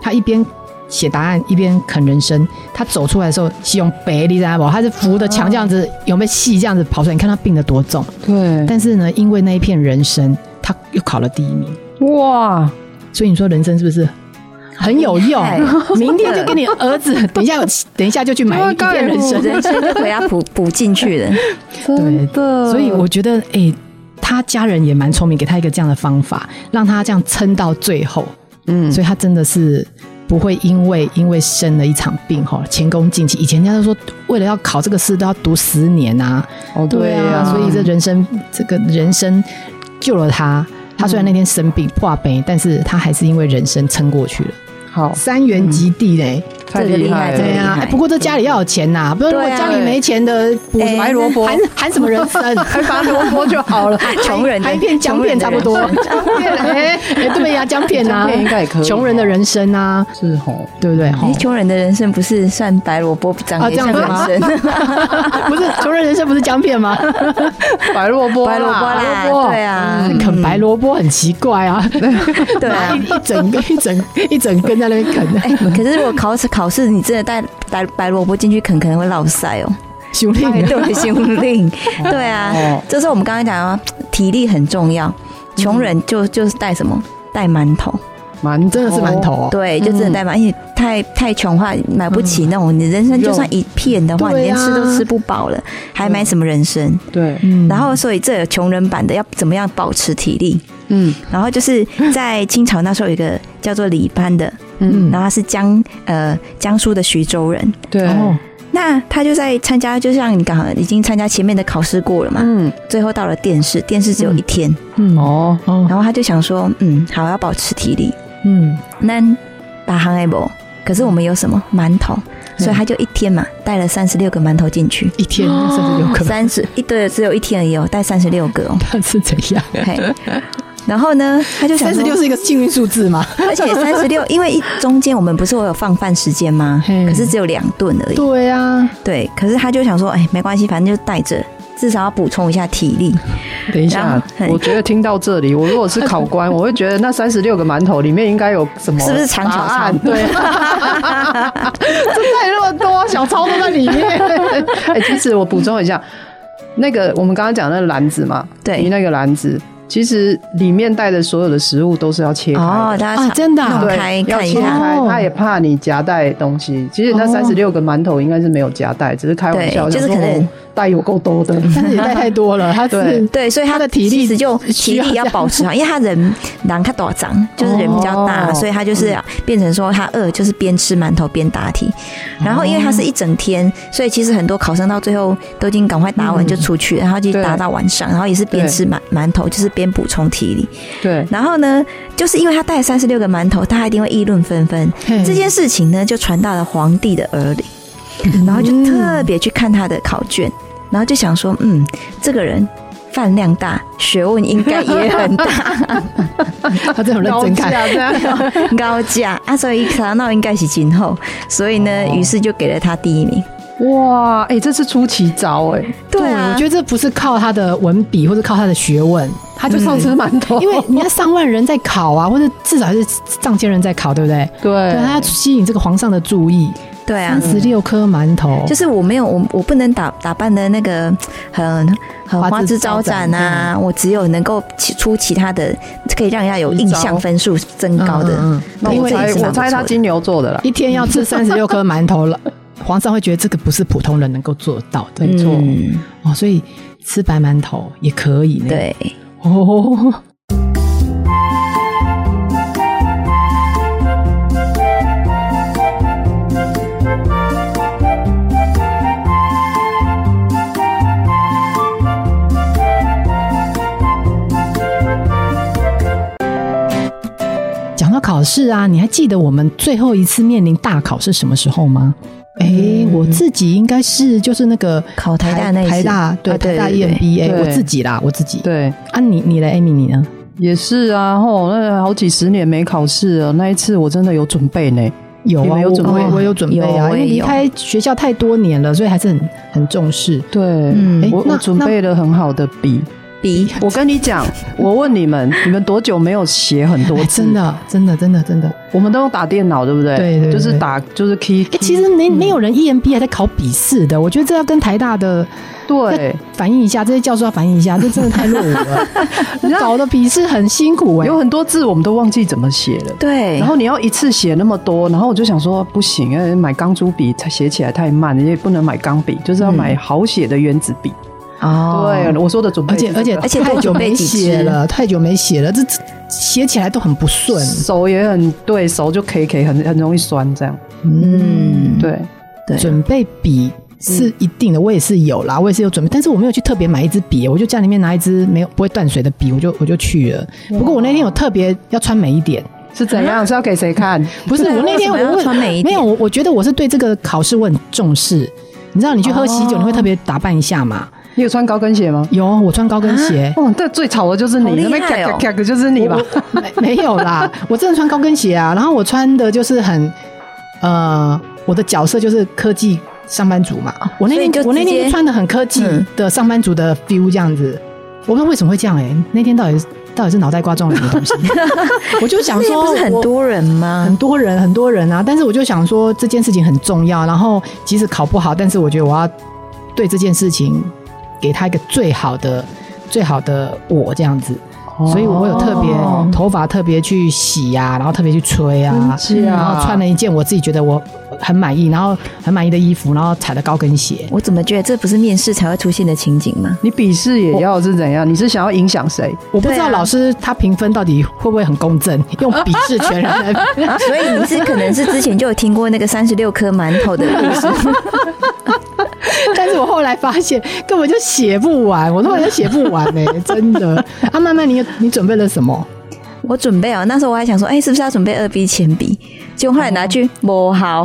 Speaker 2: 他一边。写答案一边啃人参，他走出来的时候是用白你知道不？他是扶着墙这样子，有没有细这样子跑出来？你看他病得多重，
Speaker 3: 对，
Speaker 2: 但是呢，因为那一片人参，他又考了第一名。
Speaker 3: 哇，
Speaker 2: 所以你说人参是不是很有用
Speaker 4: 害？
Speaker 2: 明天就跟你儿 子，等一下，等一下就去买一片人参。
Speaker 4: 人参就给它补补进去啊了。
Speaker 3: 真的，
Speaker 2: 所以我觉得，哎、他家人也蛮聪明，给他一个这样的方法，让他这样撑到最后。
Speaker 3: 嗯，
Speaker 2: 所以他真的是不会因为因为生了一场病哈前功尽弃。以前人家都说，为了要考这个试都要读十年啊，
Speaker 3: 哦对啊，
Speaker 2: 所以这人生这个人生救了他。他虽然那天生病破杯，但是他还是因为人生撑过去了。
Speaker 3: 好
Speaker 2: 三元及第嘞，
Speaker 3: 太
Speaker 4: 这个
Speaker 3: 厉
Speaker 4: 厉害
Speaker 3: 害
Speaker 4: 这个
Speaker 2: 对
Speaker 4: 厉
Speaker 3: 了，
Speaker 2: 呀、
Speaker 4: 害
Speaker 2: 哎不过这家里要有钱呐、不然如果
Speaker 4: 对啊
Speaker 2: 家里没钱的，补什么
Speaker 4: 哎
Speaker 3: 萝卜
Speaker 2: 含含什么人 参，
Speaker 3: 还拔萝卜就好了，
Speaker 4: 穷人的
Speaker 2: 含一片姜片差不多。姜片，哎哎，对呀，姜片
Speaker 3: 姜
Speaker 2: 啊，
Speaker 3: 片应该也可以
Speaker 2: 穷人的人参啊，
Speaker 3: 是吼，
Speaker 2: 对不对？哈
Speaker 4: 哎，，穷人的人参不是算白萝卜
Speaker 2: 啊
Speaker 4: 长得
Speaker 2: 这样
Speaker 4: 像
Speaker 2: 子
Speaker 4: 人
Speaker 2: 吗
Speaker 4: 参，
Speaker 2: 哦不是穷人人参不是姜片吗？
Speaker 3: 白萝卜啦，
Speaker 4: 白萝卜啦，对啊，
Speaker 2: 啃白萝卜很奇怪啊，
Speaker 4: 对啊
Speaker 2: 一。一整个一整一整根在那边啃，啊
Speaker 4: 哎，可是如果考试考试，你真的带白白萝卜进去啃，可能会落腮哦。
Speaker 2: 熊令
Speaker 4: 对，对，心令，对啊
Speaker 3: 哦，
Speaker 4: 这是我们刚才讲啊，体力很重要。穷人就就是带什么？带馒头，
Speaker 3: 馒
Speaker 2: 真的是馒头哦。
Speaker 4: 对，就真的带馒头，因为太太穷的话买不起那种，你人参就算一片的话，
Speaker 2: 肉
Speaker 4: 你连
Speaker 2: 对啊
Speaker 4: 吃都吃不饱了，还买什么人参？
Speaker 3: 对，
Speaker 2: 嗯
Speaker 4: 然后，所以这有穷人版的要怎么样保持体力？
Speaker 3: 嗯
Speaker 4: 然后就是在清朝那时候有一个叫做李班的，
Speaker 3: 嗯，
Speaker 4: 然后他是江呃江苏的徐州人，
Speaker 3: 对，
Speaker 2: 哦，
Speaker 4: 那他就在参加，就像你刚好已经参加前面的考试过了嘛，
Speaker 3: 嗯
Speaker 4: 最后到了电视，电视只有一天，
Speaker 2: 嗯哦
Speaker 3: 哦，
Speaker 2: 哦
Speaker 4: 然后他就想说，嗯，好，要保持体力，
Speaker 2: 嗯，
Speaker 4: 那打航艾博，可是我们有什么馒头，
Speaker 2: 嗯
Speaker 4: 所以他就一天嘛，带了三十六个馒头进去，
Speaker 2: 一天甚至有可能，
Speaker 4: 三十一对，只有一天而已哦，带三十六个哦
Speaker 2: 他是怎样？
Speaker 4: 嘿，然后呢，他就想
Speaker 2: 三十
Speaker 4: 说
Speaker 2: 六，是一个幸运数字嘛？
Speaker 4: 而且三 十六，因为一中间我们不是我有放饭时间吗？
Speaker 2: 嘿
Speaker 4: 可是只有两顿而已，
Speaker 2: 对啊，
Speaker 4: 对，可是他就想说，哎，没关系，反正就带着。至少要补充一下体力，
Speaker 3: 等一下
Speaker 4: 然，后
Speaker 3: 我觉得听到这里，我如果是考官，我会觉得那三十六个馒头里面应该有什么？
Speaker 4: 是不是长小
Speaker 3: 答案？
Speaker 4: 肠
Speaker 3: 对，
Speaker 2: 带那么多小抄都在里面。
Speaker 3: 哎，其实我补充一下，那个我们刚刚讲的那个篮子嘛，
Speaker 4: 对
Speaker 3: 你那个篮子，其实里面带的所有的食物都是要切开的
Speaker 4: 哦，大家
Speaker 2: 啊真的啊
Speaker 4: 弄
Speaker 3: 对，
Speaker 4: 开
Speaker 3: 要
Speaker 4: 看一
Speaker 3: 切
Speaker 4: 下，
Speaker 3: 开
Speaker 2: 哦，
Speaker 3: 他也怕你夹带东西。其实那
Speaker 2: 哦
Speaker 3: 三十六个馒头应该是没有夹带，只是开玩笑，
Speaker 4: 对就是
Speaker 3: 想说
Speaker 4: 可能
Speaker 3: 哦带有够多 的。
Speaker 2: 但是也带太多了，他是
Speaker 3: 对
Speaker 4: 对，所以他
Speaker 2: 他的体力
Speaker 4: 其实就
Speaker 2: 需
Speaker 4: 体
Speaker 2: 要
Speaker 4: 力要
Speaker 2: 这样哦
Speaker 4: 保持好，啊因为他人人他多长，就是人比较大，
Speaker 3: 哦
Speaker 4: 所以他就是
Speaker 2: 嗯
Speaker 4: 变成说他饿就是边吃馒头边答
Speaker 2: 哦
Speaker 4: 题，然后因为他是一整天，所以其实很多考生到最后都已经赶快答
Speaker 2: 嗯
Speaker 4: 完就出去，然后就
Speaker 3: 对
Speaker 4: 答到晚上，然后也是边
Speaker 3: 对
Speaker 4: 吃馒馒头就是边补充体力，
Speaker 3: 对，
Speaker 4: 然后呢，就是因为他带三十六个馒头，大家一定会议论纷纷，
Speaker 2: 嘿
Speaker 4: 这件事情呢就传到了皇帝的耳里，然后就特别去看他的考卷，然后就想说，嗯，这个人饭量大，学问应该也很大，
Speaker 2: 他真的很认真看，
Speaker 3: 这样。
Speaker 4: 高价啊，所以查闹应该是今后，所以呢，
Speaker 3: 哦
Speaker 4: 于是就给了他第一名。
Speaker 3: 哇，哎，这是出奇招哎，
Speaker 4: 对啊，
Speaker 2: 我觉得这不是靠他的文笔或者靠他的学问，他就是
Speaker 3: 上吃馒头，
Speaker 2: 因为你看上万人在考啊，或者至少是上千人在考，对不对？
Speaker 3: 对
Speaker 2: 对，他要吸引这个皇上的注意。
Speaker 4: 对啊
Speaker 2: 三。十六颗馒头，
Speaker 4: 就是我没有我我不能打打扮的那个很很
Speaker 2: 花枝
Speaker 4: 花枝招展啊，我只有能够起出其他的可以让人家有印
Speaker 3: 支
Speaker 4: 象
Speaker 3: 招
Speaker 4: 分数增高的，
Speaker 2: 嗯嗯嗯
Speaker 3: 那
Speaker 4: 对
Speaker 3: 我
Speaker 4: 这也
Speaker 3: 猜
Speaker 4: 是蛮
Speaker 3: 我
Speaker 4: 不
Speaker 3: 猜他
Speaker 4: 错的
Speaker 3: 金牛座的啦，
Speaker 2: 一天要吃三十六颗馒头 了，皇上会觉得这个不是普通人能够做到的。
Speaker 3: 没错
Speaker 4: 嗯
Speaker 2: 哦，所以吃白馒头也可以呢。，
Speaker 4: 对，
Speaker 2: 哦，讲到考试啊，你还记得我们最后一次面临大考是什么时候吗？哎、我自己应该是就是那个
Speaker 4: 嗯考台大那一次
Speaker 2: 台大对
Speaker 4: 啊对
Speaker 2: 台大 E
Speaker 4: 对对
Speaker 2: EMBA，
Speaker 3: 对
Speaker 2: 我自己啦，我自己
Speaker 3: 对，
Speaker 2: 啊，你你的 Amy 你呢？
Speaker 3: 也是啊，吼，那好几十年没考试了，那一次我真的有准备呢，
Speaker 2: 有
Speaker 3: 你
Speaker 2: 啊，
Speaker 3: 们有
Speaker 2: 我
Speaker 3: 准备
Speaker 2: 我
Speaker 3: 吗
Speaker 2: 我有准备
Speaker 4: 有
Speaker 2: 啊，
Speaker 4: 我
Speaker 2: 因为
Speaker 4: 也
Speaker 2: 离
Speaker 4: 有
Speaker 2: 开学校太多年了，所以还是很很重视。
Speaker 3: 对，
Speaker 4: 嗯
Speaker 3: 我
Speaker 2: 那
Speaker 3: 我准
Speaker 2: 那
Speaker 3: 备了很好的笔，
Speaker 4: 比
Speaker 3: 我跟你讲，我问你们，你们多久没有写很多
Speaker 2: 哎
Speaker 3: 字？
Speaker 2: 真，的，真的，真的，真的。
Speaker 3: 我们都用打电脑，对不对？
Speaker 2: 对对对
Speaker 3: 就是打，就是 key。
Speaker 2: 哎，其实没没有人 EMB 还在考笔试的，我觉得这要跟台大的
Speaker 3: 对，
Speaker 2: 反映一下，这些教授要反映一下，这真的太落伍 了。搞的笔试很辛苦哎
Speaker 3: 有，很多字我们都忘记怎么写了。
Speaker 4: 对，
Speaker 3: 然后你要一次写那么多，然后我就想说不行，因为买钢珠笔它写起来太慢，你也不能买钢笔，就是要买好写的原子笔。
Speaker 4: 哦，
Speaker 3: 对，我说的准备
Speaker 2: 而
Speaker 3: 是这
Speaker 2: 且
Speaker 3: 个，
Speaker 2: 哎而且
Speaker 4: 而且
Speaker 2: 太久没写
Speaker 4: 多准备几
Speaker 2: 了，太久没写了，这这写起来都很不顺。
Speaker 3: 手也很对，手就 K K 很很容易酸这样。
Speaker 4: 嗯，
Speaker 3: 对，
Speaker 4: 对嗯
Speaker 2: 准备笔是一定的，我也是有啦，我也是有准备，但是我没有去特别买一支笔，我就家里面拿一支没有不会断水的笔，我就我就去了。不过我那天有特别要穿美一点，
Speaker 3: 是怎样？是要给谁看？
Speaker 2: 不是
Speaker 4: 对啊
Speaker 2: 我那天
Speaker 4: 为什么要
Speaker 2: 我问
Speaker 4: 穿美一
Speaker 2: 没
Speaker 4: 点
Speaker 2: 有，我我觉得我是对这个考试我很重视。你知道你去喝喜酒，
Speaker 4: 哦
Speaker 2: 你会特别打扮一下嘛？
Speaker 3: 你有穿高跟鞋吗？
Speaker 2: 有，我穿高跟
Speaker 4: 啊
Speaker 2: 鞋，
Speaker 3: 哦，但最吵的就是你
Speaker 4: 好，厉
Speaker 3: 那边
Speaker 4: 害哦
Speaker 3: 咔咔咔的就是你吧？
Speaker 2: 没没有啦，我真的穿高跟鞋啊。然后我穿的就是很，呃，我的角色就是科技上班族嘛。我那
Speaker 4: 哦所以
Speaker 2: 天
Speaker 4: 就
Speaker 2: 我那
Speaker 4: 直接
Speaker 2: 天就穿的很科技
Speaker 4: 嗯
Speaker 2: 的上班族的 feel 这样子，我不知道为什么会这样哎、那天到底到底是脑袋瓜撞了什么东西？ 我就想
Speaker 4: 那
Speaker 2: 说，
Speaker 4: 不是很
Speaker 2: 我
Speaker 4: 多人
Speaker 2: 很
Speaker 4: 吗？
Speaker 2: 多人很多人啊，但是我就想说这件事情很重要，然后即使考不好，但是我觉得我要对这件事情给他一个最好的最好的我这样子，所以我有特别头发特别去洗呀、然后特别去吹啊，
Speaker 3: 真假
Speaker 2: 然后穿了一件我自己觉得我很满意，然后很满意的衣服，然后踩了高跟鞋。
Speaker 4: 我怎么觉得这不是面试才会出现的情景 吗？
Speaker 3: 你笔试也要是怎样？你是想要影响谁？
Speaker 2: 我不知
Speaker 4: 对啊
Speaker 2: 道老师他评分到底会不会很公正，用鄙视全人来。
Speaker 4: 所以你是可能是之前就有听过那个三十六颗馒头的故事，
Speaker 2: 但是我后来发现根本就写不完，我根本就写不完呢、 真的。啊，慢慢你你准备了什么？
Speaker 4: 我准备哦，那时候我还想说，哎、是不是要准备二 B 铅笔？结果后来拿去磨好，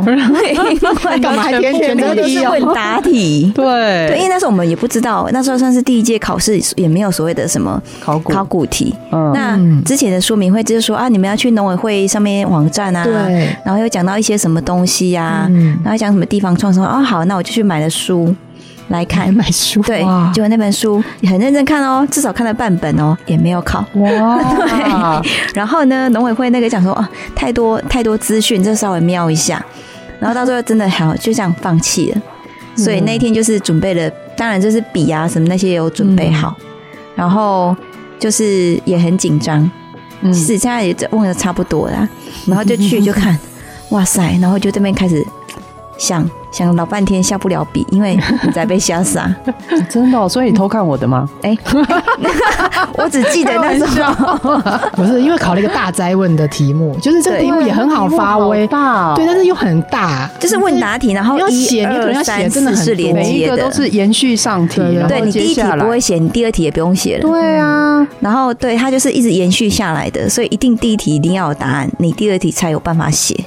Speaker 2: 干嘛还填
Speaker 4: 全
Speaker 2: 选择
Speaker 4: 部都
Speaker 2: 题
Speaker 4: 是
Speaker 2: 哦
Speaker 4: 问答题。
Speaker 3: 对
Speaker 4: 对，因为那时候我们也不知道，那时候算是第一届考试，也没有所谓的什么
Speaker 3: 考古
Speaker 4: 考古题。
Speaker 3: 嗯
Speaker 4: 那之前的说明会就是说啊，你们要去农委会上面网站啊，
Speaker 2: 对
Speaker 4: 然后又讲到一些什么东西呀、
Speaker 2: 嗯
Speaker 4: 哦然后讲什么地方创生啊，好，那我就去买了书。来看。
Speaker 2: 买书，
Speaker 4: 对
Speaker 2: 嗯哇，
Speaker 4: 结果那本书很认真看哦，至少看了半本哦，也没有考。
Speaker 3: 哇，
Speaker 4: 然后呢，农委会那个讲说啊，太多太多资讯，这稍微瞄一下，然后到最后真的好就这样放弃了。所以那一天就是准备了，当然就是笔啊什么那些也有准备好，然后就是也很紧张，
Speaker 3: 嗯
Speaker 4: 其实现在也忘的差不多啦，然后就去就看，哇塞，然后就这边开始想想老半天下不了笔，因为你在被吓傻。
Speaker 3: 真的哦、所以你偷看我的 吗？
Speaker 4: 哎、我只记得那时候，
Speaker 2: 不是因为考了一个大灾问的题目，就是这个
Speaker 4: 对
Speaker 2: 题
Speaker 3: 哦
Speaker 2: 目也很好发
Speaker 3: 题
Speaker 2: 挥，
Speaker 3: 目好 大哦
Speaker 2: 对，但是又很大，
Speaker 4: 就是问答题，然后
Speaker 2: 要
Speaker 4: 一
Speaker 2: 嗯写你可能要
Speaker 4: 二
Speaker 2: 写
Speaker 4: 三
Speaker 2: 真的
Speaker 4: 四
Speaker 2: 很多
Speaker 4: 是连
Speaker 3: 每一
Speaker 4: 接
Speaker 3: 个
Speaker 4: 的
Speaker 3: 都，是延续上题，
Speaker 2: 对
Speaker 3: 然
Speaker 4: 对
Speaker 3: 后
Speaker 4: 你
Speaker 3: 接
Speaker 4: 第一题
Speaker 3: 下来
Speaker 4: 不会写，你第二题也不用写了。
Speaker 3: 对啊，
Speaker 4: 然后对它就是一直延续下来的，所以一定第一题一定要有答案，你第二题才有办法写。嗯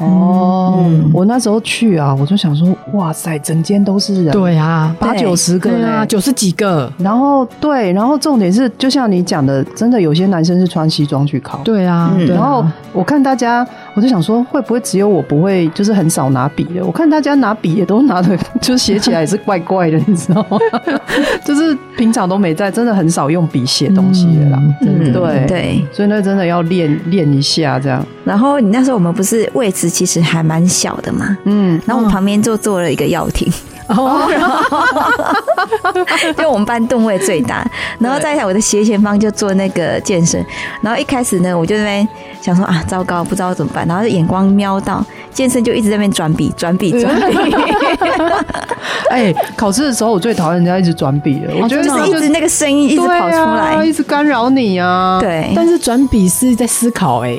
Speaker 3: 哦，我那时候去啊，我就想说，哇塞，整间都是人，，
Speaker 2: 对啊，
Speaker 3: 八九十个
Speaker 2: 对啊，
Speaker 3: 呢。
Speaker 2: 九十几个，
Speaker 3: 然后对，然后重点是，就像你讲的，真的有些男生是穿西装去考。
Speaker 2: 对啊，
Speaker 4: 嗯
Speaker 2: 对啊
Speaker 3: 然后我看大家，我就想说，会不会只有我不会，就是很少拿笔的？我看大家拿笔也都拿的，就写起来也是怪怪的，你知道吗？ 就是平常都没在，真的很少用笔写东西的啦。
Speaker 2: 嗯
Speaker 3: 对
Speaker 4: 对。
Speaker 3: 所以那真的要练练一下，这样。
Speaker 4: 然后你那时候我们不是位置其实还蛮小的嘛，
Speaker 3: 嗯，
Speaker 4: 然后我旁边就坐了一个药亭，就我们班吨位最大，然后在我的斜前方就做那个健身，然后一开始呢，我就在那边想说啊，糟糕，不知道怎么办，然后眼光瞄到健身就一直在那边转笔、转笔、转笔，
Speaker 3: 哎、考试的时候我最讨厌人家一直转笔了，我觉得
Speaker 4: 哦就是
Speaker 3: 他
Speaker 4: 一直那个声音一直跑出
Speaker 3: 对啊
Speaker 4: 来
Speaker 3: 一，直干扰你啊。，
Speaker 4: 对，
Speaker 2: 但是转笔是在思考，哎，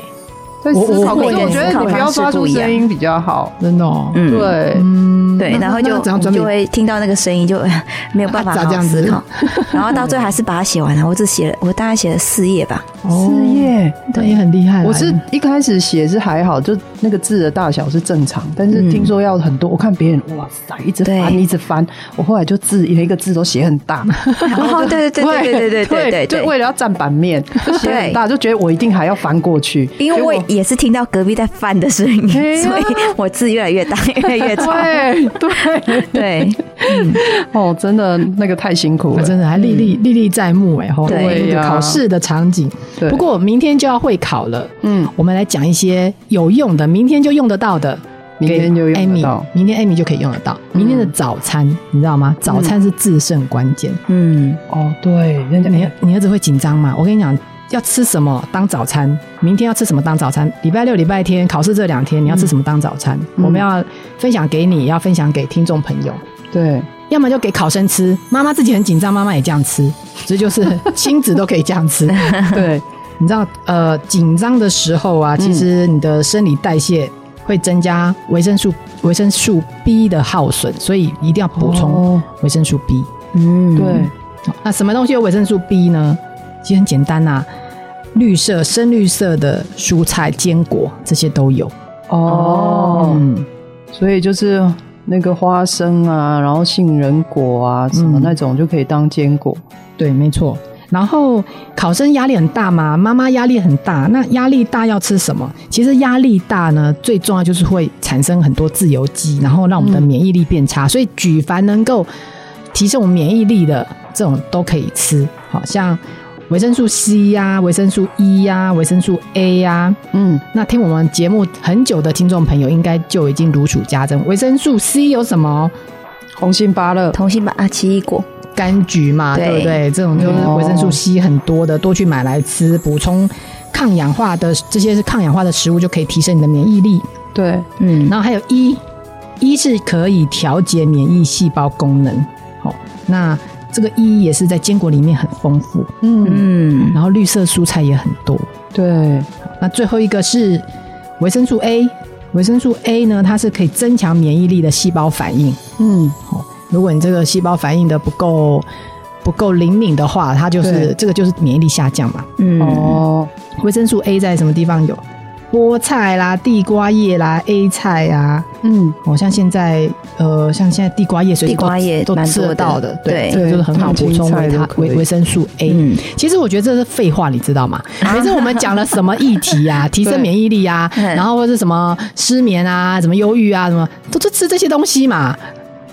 Speaker 3: 在
Speaker 2: 我
Speaker 3: 思考，
Speaker 2: 我
Speaker 3: 可
Speaker 2: 会
Speaker 3: 是我觉得你不要发出声音比较好。
Speaker 2: 真的哦，
Speaker 4: 嗯，
Speaker 3: 对，
Speaker 2: 嗯，
Speaker 4: 对，
Speaker 2: 那
Speaker 4: 然后
Speaker 2: 那
Speaker 4: 就
Speaker 2: 怎样转笔
Speaker 4: 就？会听到那个声音，就哎没有办法
Speaker 2: 啊咋
Speaker 4: 好
Speaker 2: 这
Speaker 4: 好
Speaker 2: 样子
Speaker 4: 思考。然后到最后还是把它写完了，我只写了我大概写了四页吧。
Speaker 2: 哦
Speaker 3: 事业。
Speaker 2: 那也很厉害啦，啊
Speaker 3: 我是一开始写是还好，就那个字的大小是正常，但是
Speaker 4: 嗯
Speaker 3: 听说要很多，我看别人哇塞，一直翻
Speaker 4: 对
Speaker 3: 一直翻，我后来就字每一个字都写很大，
Speaker 4: 哦，对对对对对对对对
Speaker 3: 就
Speaker 4: 对。
Speaker 3: 为了要占版面，就写很大，就觉得我一定还要翻过去，
Speaker 4: 因为我
Speaker 3: 结果
Speaker 4: 也是听到隔壁在翻的声音，
Speaker 3: 哎呀哎
Speaker 4: 所以我字越来越大，越来越长。
Speaker 3: 对对
Speaker 4: 对，
Speaker 3: 哦，真的那个太辛苦
Speaker 2: 啊
Speaker 3: 了，
Speaker 2: 真的还历历历历在目哎，吼
Speaker 4: 对
Speaker 2: 那个
Speaker 3: 嗯呀
Speaker 2: 考试的场景。
Speaker 3: 对
Speaker 2: 不过明天就要会考了，
Speaker 3: 嗯，
Speaker 2: 我们来讲一些有用的，明天就用得到的。
Speaker 3: 明天就用得到嗯
Speaker 2: 给 Amy，明天 Amy 就可以用得到。明天的早餐，你知道吗？早餐是制胜关键。
Speaker 4: 嗯，
Speaker 3: 哦，对，人家
Speaker 2: 你你儿子会紧张吗？我跟你讲，要吃什么当早餐？明天要吃什么当早餐？礼拜六、礼拜天考试这两天，你要
Speaker 3: 嗯
Speaker 2: 吃什么当早餐？我们要分享给你，也要分享给听众朋友。
Speaker 3: 对，
Speaker 2: 要么就给考生吃，妈妈自己很紧张，妈妈也这样吃，这就是亲子都可以这样 吃。
Speaker 3: 对，
Speaker 2: 你知道，呃，紧张的时候
Speaker 3: 嗯
Speaker 2: 啊，其实你的生理代谢会增加维生素维生素 B 的耗损，所以一定要补充
Speaker 3: 哦
Speaker 2: 维生素 B。
Speaker 4: 嗯，
Speaker 3: 对，
Speaker 2: 那什么东西有维生素 B 呢？其实很简单呐、啊绿色、深绿色的蔬菜、坚果这些都有。
Speaker 3: 哦，
Speaker 2: 嗯，
Speaker 3: 所以就是那个花生啊，然后杏仁果啊，什么
Speaker 2: 嗯
Speaker 3: 那种就可以当坚果。
Speaker 2: 对，没错。然后考生压力很大嘛，妈妈压力很大。那压力大要吃什么？其实压力大呢，最重要就是会产生很多自由基，然后让我们的免疫力变差。所以举凡能够提升我们免疫力的这种都可以吃，好像维生素 C 呀、维生素 E 呀、维生素 A 呀、
Speaker 3: 嗯，
Speaker 2: 那听我们节目很久的听众朋友，应该就已经如数家珍。维生素 C 有什么？
Speaker 3: 红杏芭乐，
Speaker 4: 同心吧啊，奇异果，
Speaker 2: 柑橘嘛，
Speaker 4: 对
Speaker 2: 对不对？这种就是维生素 C 很多的，多去买来吃，补充抗氧化的这些是抗氧化的食物，就可以提升你的免疫力。
Speaker 3: 对，
Speaker 4: 嗯，
Speaker 2: 然后还有一，一是可以调节免疫细胞功能。好，那这个一也是在坚果里面很丰富，
Speaker 3: 嗯，
Speaker 4: 嗯，
Speaker 2: 然后绿色蔬菜也很多。
Speaker 3: 对，
Speaker 2: 那最后一个是维生素 A，维生素 A 呢，它是可以增强免疫力的细胞反应。
Speaker 3: 嗯，
Speaker 2: 哦如果你这个细胞反应的不够不够灵敏的话，它就是
Speaker 3: 对
Speaker 2: 这个就是免疫力下降嘛。
Speaker 4: 嗯，
Speaker 3: 哦，
Speaker 2: 维生素 A 在什么地方有？菠菜啦、地瓜叶啦、A 菜啊，
Speaker 3: 嗯，
Speaker 2: 哦，像现在呃，像现在地瓜叶，随时都
Speaker 4: 地瓜叶
Speaker 2: 都
Speaker 4: 蛮多
Speaker 2: 吃得
Speaker 4: 的
Speaker 2: 到的，对，
Speaker 4: 对
Speaker 2: 这个就是很好
Speaker 3: 烫青
Speaker 2: 补充
Speaker 3: 菜
Speaker 2: 维
Speaker 3: 都
Speaker 2: 他
Speaker 3: 可以
Speaker 2: 维维生素 A。
Speaker 4: 嗯
Speaker 2: 其实我觉得这是废话，你知道吗？每次我们讲了什么议题啊，提升免疫力啊，
Speaker 4: 嗯
Speaker 2: 然后或是什么失眠啊、什么忧郁啊，什么都是吃这些东西嘛。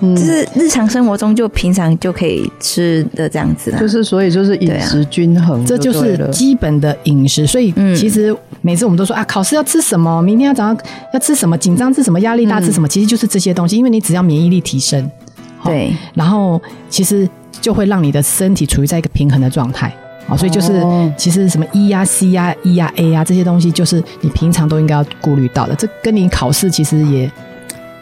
Speaker 4: 嗯，就是日常生活中就平常就可以吃的这样子啦。
Speaker 3: 就是所以就是饮食均衡、啊，
Speaker 2: 这
Speaker 3: 就
Speaker 2: 就是基本的饮食。所以其实每次我们都说啊，考试要吃什么，明天要早上要吃什么，紧张吃什么，压力大吃什么，其实就是这些东西。因为你只要免疫力提升，
Speaker 3: 哦
Speaker 4: 对，
Speaker 2: 然后其实就会让你的身体处于在一个平衡的状态。啊，所以就是其实什么 E 呀、啊、C 呀、啊、E 呀、啊、A 呀这些东西，就是你平常都应该要顾虑到的。这跟你考试其实也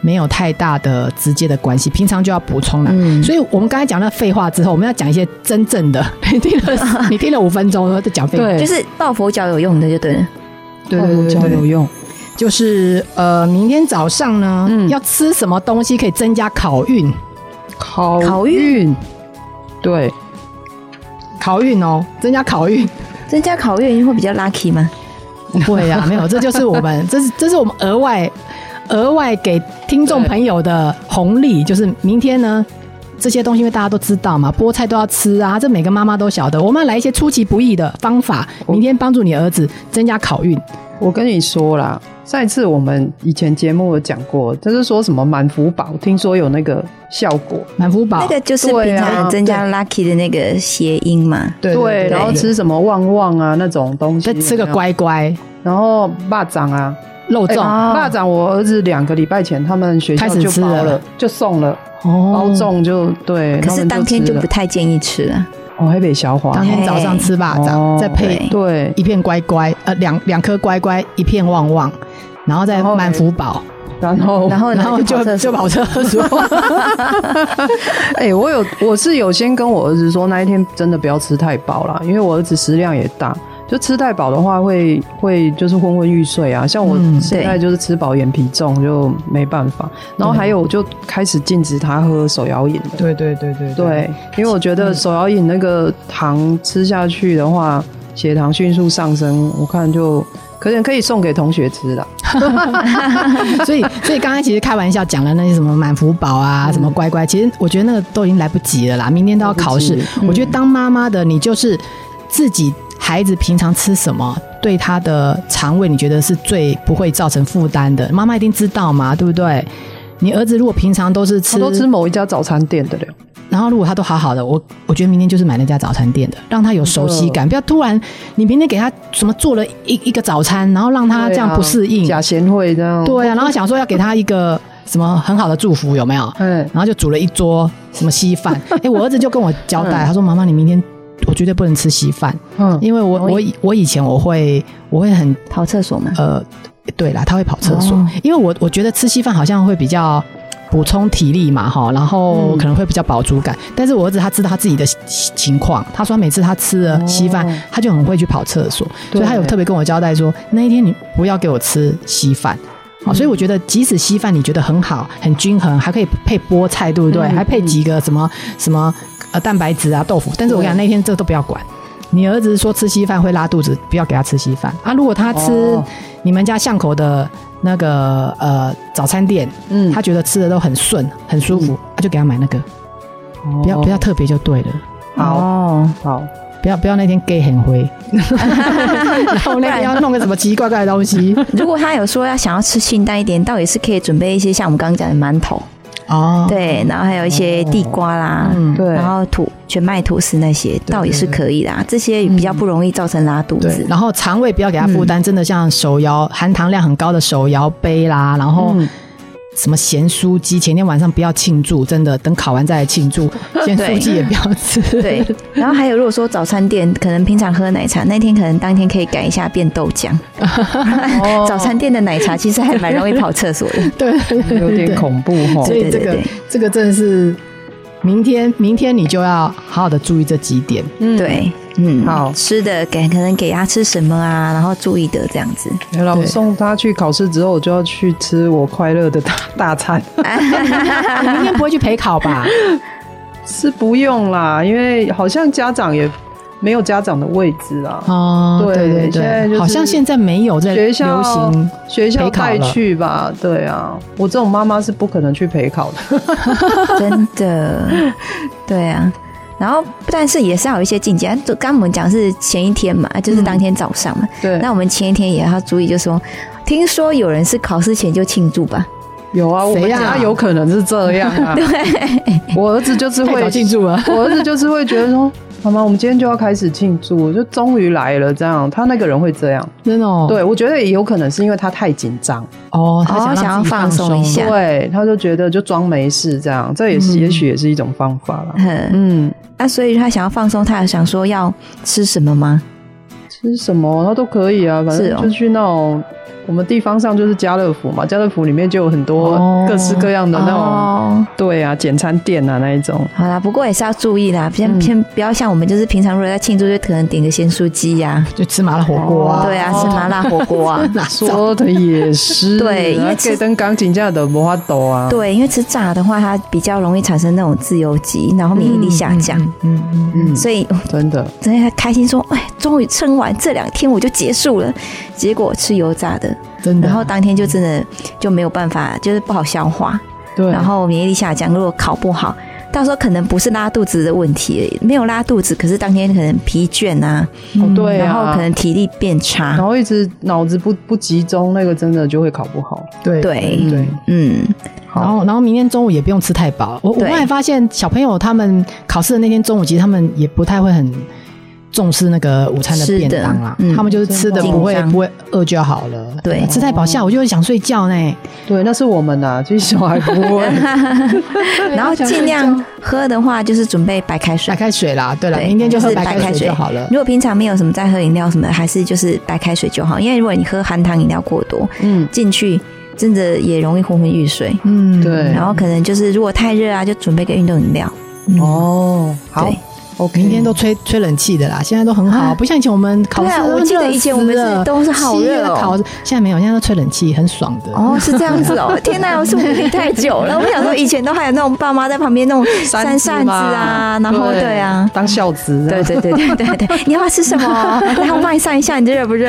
Speaker 2: 没有太大的直接的关系，平常就要补充了。嗯、所以我们刚才讲了废话之后，我们要讲一些真正的。你听了， 你听了五分钟在讲废话，
Speaker 4: 就是抱佛脚有用的就对了。
Speaker 3: 对对对对，
Speaker 2: 有用。就是呃，明天早上呢，嗯、要吃什么东西可以增加考运？
Speaker 3: 考
Speaker 4: 考运，
Speaker 3: 对。
Speaker 2: 考运哦，增加考运，
Speaker 4: 增加考运会比较 lucky 吗？
Speaker 2: 会啊，没有，这就是我们，这是这是我们额外额外给听众朋友的红利，就是明天呢这些东西，因为大家都知道嘛，菠菜都要吃啊，这每个妈妈都晓得。我们来一些出其不意的方法，明天帮助你儿子增加考运。
Speaker 3: 我跟你说啦，上一次我们以前节目有讲过，就是说什么满福宝，听说有那个效果，
Speaker 2: 满福
Speaker 3: 哦
Speaker 2: 宝
Speaker 4: 那个就是平常增加 lucky 的那个谐音嘛。
Speaker 3: 啊对，
Speaker 4: 对
Speaker 3: 然后吃什么旺旺啊那种东西，
Speaker 2: 再吃个乖乖，
Speaker 3: 然后霸掌啊
Speaker 2: 肉粽，
Speaker 3: 霸掌我儿子两个礼拜前他们学校就包了，就送了，
Speaker 2: 哦
Speaker 3: 包粽就对，
Speaker 4: 哦可是当天就不太建议吃了。
Speaker 3: 哦，黑北小黄，
Speaker 2: 当天早上吃霸掌，再配
Speaker 3: 哦对
Speaker 2: 一片乖乖，呃，两两颗乖乖，一片旺旺，然后再满福宝，
Speaker 3: 然后
Speaker 4: 然后
Speaker 2: 然后就就跑厕所。
Speaker 3: 哎，我有我是有先跟我儿子说，那一天真的不要吃太饱啦，因为我儿子食量也大，就吃太饱的话会会就是昏昏欲睡啊。像我
Speaker 4: 嗯
Speaker 3: 现在就是吃饱眼皮重就没办法，然后还有就开始禁止他喝手摇饮了。
Speaker 2: 对对对对嗯
Speaker 3: 对。因为我觉得手摇饮那个糖吃下去的话，血糖迅速上升，我看就可能可以送给同学吃了。
Speaker 2: 所以，所以刚才其实开玩笑讲了那些什么满福宝
Speaker 3: 嗯
Speaker 2: 啊，什么乖乖，其实我觉得那个都已经来不及了啦。明天都要考试，
Speaker 3: 嗯
Speaker 2: 我觉得当妈妈的你就是自己孩子平常吃什么，对他的肠胃你觉得是最不会造成负担的，妈妈一定知道嘛，对不对？你儿子如果平常都是吃
Speaker 3: 都吃某一家早餐店的了。
Speaker 2: 然后，如果他都好好的，我我觉得明天就是买那家早餐店的，让他有熟悉
Speaker 3: 嗯
Speaker 2: 感，不要突然你明天给他什么做了一一个早餐，然后让他这样不适应，
Speaker 3: 啊、假贤惠这样。
Speaker 2: 对啊，然后想说要给他一个什么很好的祝福，有没有？嗯，然后就煮了一桌什么稀饭。哎欸，我儿子就跟我交代，嗯、他说：“妈妈，你明天我绝对不能吃稀饭，嗯，因为我我我以前我会我会很
Speaker 4: 跑厕所嘛，
Speaker 2: 呃，对啦，他会跑厕所，哦、因为我我觉得吃稀饭好像会比较。”补充体力嘛，哈，然后可能会比较饱足感。嗯、但是我儿子他知道他自己的情况，他说每次他吃了稀饭，哦、他就很会去跑厕所，所以他有特别跟我交代说，那一天你不要给我吃稀饭。好，所以我觉得，即使稀饭你觉得很好、很均衡，还可以配菠菜，对不对？嗯、还配几个什么什么呃蛋白质啊、豆腐。但是我讲那天这都不要管。你儿子说吃稀饭会拉肚子，不要给他吃稀饭啊！如果他吃你们家巷口的那个呃早餐店，嗯，他觉得吃的都很顺、很舒服，他、嗯啊、就给他买那个，哦、不要不要特别就对了。
Speaker 3: 好，哦、好，
Speaker 2: 不要不要那天 gay 很 灰，然后那天要弄个什么奇奇怪怪的东西。
Speaker 4: 如果他有说要想要吃清淡一点，倒也是可以准备一些像我们刚刚讲的馒头。
Speaker 2: 哦，
Speaker 4: 对，然后还有一些地瓜啦，对，然后吐全麦吐司那些倒也是可以啦，这些比较不容易造成拉肚子。
Speaker 2: 然后肠胃不要给他负担，真的像手摇含糖量很高的手摇杯啦，然后
Speaker 3: 嗯
Speaker 2: 什么咸酥鸡，前天晚上不要庆祝，真的等考完再来庆祝，咸酥鸡也不要吃。
Speaker 4: 对，然后还有如果说早餐店可能平常喝奶茶，那天可能当天可以改一下变豆浆。 早餐店的奶茶其实还蛮容易跑厕所的，
Speaker 2: 对，
Speaker 3: 有点恐怖哈。
Speaker 2: 所以这个这个真的是，明天明天你就要好好的注意这几 点。
Speaker 4: 嗯，对，嗯，好吃的给可能给他吃什么啊，然后注意的这样子。
Speaker 3: 对了，我送他去考试之后，我就要去吃我快乐的大大餐。
Speaker 2: 你啊明天不会去陪考吧？
Speaker 3: 是不用啦，因为好像家长也。没有家长的位置啊！哦，
Speaker 2: 对对对，现在就是、好像现在没有在
Speaker 3: 学校
Speaker 2: 流行
Speaker 3: 学校带去吧？对啊，我这种妈妈是不可能去陪考 的，
Speaker 4: 真的。对啊，然后但是也是要有一些禁忌。啊就刚我们讲是前一天嘛，啊就是当天早上嘛。
Speaker 3: 对、嗯，
Speaker 4: 那我们前一天也要注意，就说听说有人是考试前就庆祝吧。
Speaker 3: 有啊，我们
Speaker 2: 谁呀
Speaker 3: 家有可能是这样 啊。我儿子就是
Speaker 2: 太
Speaker 3: 会
Speaker 2: 早进驻了。
Speaker 3: 我儿子就是会觉得说，妈妈，我们今天就要开始庆祝，就终于来了这样。他那个人会这样，
Speaker 2: 真的哦，
Speaker 3: 对我觉得也有可能是因为他太紧张，
Speaker 2: 哦，他
Speaker 4: 哦
Speaker 2: 想
Speaker 4: 想
Speaker 2: 让
Speaker 4: 要
Speaker 2: 自己
Speaker 4: 放
Speaker 2: 放
Speaker 4: 松一下
Speaker 3: 对，他就觉得就装没事这样，这也是、
Speaker 2: 啊嗯
Speaker 3: 也许也是一种方法 啦。
Speaker 4: 嗯，
Speaker 3: 嗯，
Speaker 4: 那、所以他想要放松，他有想说要吃什么吗？
Speaker 3: 吃什么他都可以啊，反
Speaker 4: 是
Speaker 3: 正
Speaker 4: 哦
Speaker 3: 就去那种。我们地方上就是家乐福嘛，家乐福里面就有很多
Speaker 2: 哦
Speaker 3: 各式各样的那种，
Speaker 4: 哦，
Speaker 3: 对啊，简餐店啊那一种，
Speaker 4: 好啦，不过也是要注意啦，
Speaker 2: 嗯
Speaker 4: 先先不要像我们就是平常如果在庆祝，就可能点个咸酥鸡呀、
Speaker 2: 就吃麻辣火锅啊，，
Speaker 4: 对啊，吃麻辣火锅啊
Speaker 2: 哪种？
Speaker 3: 说的也是， 啊
Speaker 4: 对因为其
Speaker 3: 这
Speaker 4: 实
Speaker 3: 灯钢琴架的摩花豆啊，
Speaker 4: 对，因为吃炸的话，它比较容易产生那种自由基，然后免疫力下降，
Speaker 2: 嗯嗯嗯，
Speaker 4: 所以
Speaker 3: 真的，
Speaker 4: 所以他开心说：“哎，终于撑完这两天，我就结束了。”结果吃油炸的，
Speaker 2: 真的。
Speaker 4: 然后当天就真的就没有办法，就是不好消化，
Speaker 3: 对，
Speaker 4: 然后免疫力下降。如果烤不好，到时候可能不是拉肚子的问题而已，没有拉肚子，可是当天可能疲倦啊，
Speaker 3: 哦对啊，
Speaker 4: 然后可能啊体力变
Speaker 3: 然
Speaker 4: 差。
Speaker 3: 后一直脑子不不集中，那个真的就会考不好。
Speaker 2: 对
Speaker 4: 对
Speaker 2: 对。
Speaker 4: 嗯，
Speaker 2: 然后，然后明天中午也不用吃太饱。我我后
Speaker 4: 对
Speaker 2: 来发现，小朋友他们考试的那天中午，其实他们也不太会很重视那个午餐的
Speaker 4: 是的
Speaker 2: 便当啦，
Speaker 4: 嗯
Speaker 2: 他们就是吃的不会
Speaker 4: 紧张
Speaker 2: 不会饿就好了。哎
Speaker 4: 对
Speaker 2: 吃太饱下午就会想睡觉呢。
Speaker 3: 对，那是我们啊呐、其实小孩不会。
Speaker 4: 然后尽量喝的话，就是准备白开水
Speaker 2: 白。开水啦，对了，
Speaker 4: 对
Speaker 2: 明天就喝
Speaker 4: 是
Speaker 2: 白
Speaker 4: 白
Speaker 2: 开
Speaker 4: 开
Speaker 2: 水
Speaker 4: 水
Speaker 2: 就好了
Speaker 4: 如。果平常没有什么在喝饮料什么的，还是就是白开水就好，因为如果你喝含糖饮料过多，
Speaker 3: 嗯，
Speaker 4: 进去真的也容易昏昏欲睡。
Speaker 2: 嗯，
Speaker 3: 对
Speaker 4: 然后可能就是如果太热啊，就准备个运动饮料。
Speaker 3: 哦，好
Speaker 4: 嗯对嗯
Speaker 3: ，OK，
Speaker 2: 明天都吹吹冷气的啦，现在都很好，
Speaker 4: 啊
Speaker 2: 不像以前我们考试
Speaker 4: 对啊
Speaker 2: 都
Speaker 4: 我记得
Speaker 2: 热
Speaker 4: 以前
Speaker 2: 死
Speaker 4: 我们是
Speaker 2: 了
Speaker 4: 都是好热
Speaker 2: 七月
Speaker 4: 哦
Speaker 2: 考，现在没有，现在都吹冷气，很爽的。
Speaker 4: 哦，是这样子 哦！天哪，我是不是离太久了？我想说，以前都还有那种爸妈在旁边弄扇扇子啊，然后对啊，
Speaker 3: 当孝子、
Speaker 4: 对对对对对对，你要不要吃什 么？然后帮你扇一下，你热不热？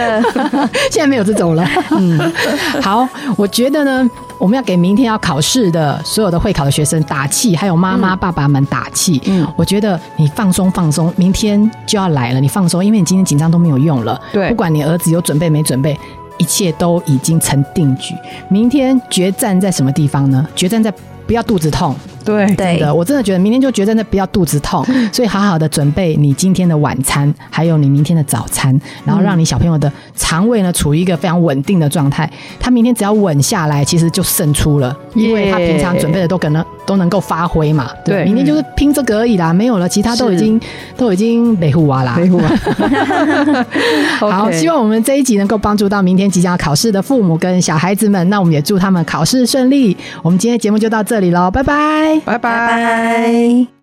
Speaker 2: 现在没有这种了。嗯， 好，我觉得呢，我们要给明天要考试的所有的会考的学生打气，还有妈妈、爸爸们打气。嗯
Speaker 3: 嗯，
Speaker 2: 我觉得你放松放松，明天就要来了，你放松，因为你今天紧张都没有用了。
Speaker 3: 对
Speaker 2: 不管你儿子有准备没准备。一切都已经成定局。明天决战在什么地方呢？决战在不要肚子痛。
Speaker 3: 对对
Speaker 4: 对
Speaker 2: 的，我真的觉得明天就决战在不要肚子痛，所以好好的准备你今天的晚餐，还有你明天的早餐，然后让你小朋友的肠胃呢处于一个非常稳定的状态。他明天只要稳下来，其实就胜出了，因为他平常准备的都可能都能够发挥嘛。
Speaker 3: 对
Speaker 2: 明天就是拼这个而已啦，没有了，其他都已经都已经北户 娃啦。
Speaker 3: 没有啊。
Speaker 2: 啊好，
Speaker 3: OK
Speaker 2: 希望我们这一集能够帮助到明天即将要考试的父母跟小孩子们。那我们也祝他们考试顺利。我们今天的节目就到这里喽，拜拜。
Speaker 3: 拜拜。
Speaker 4: 拜。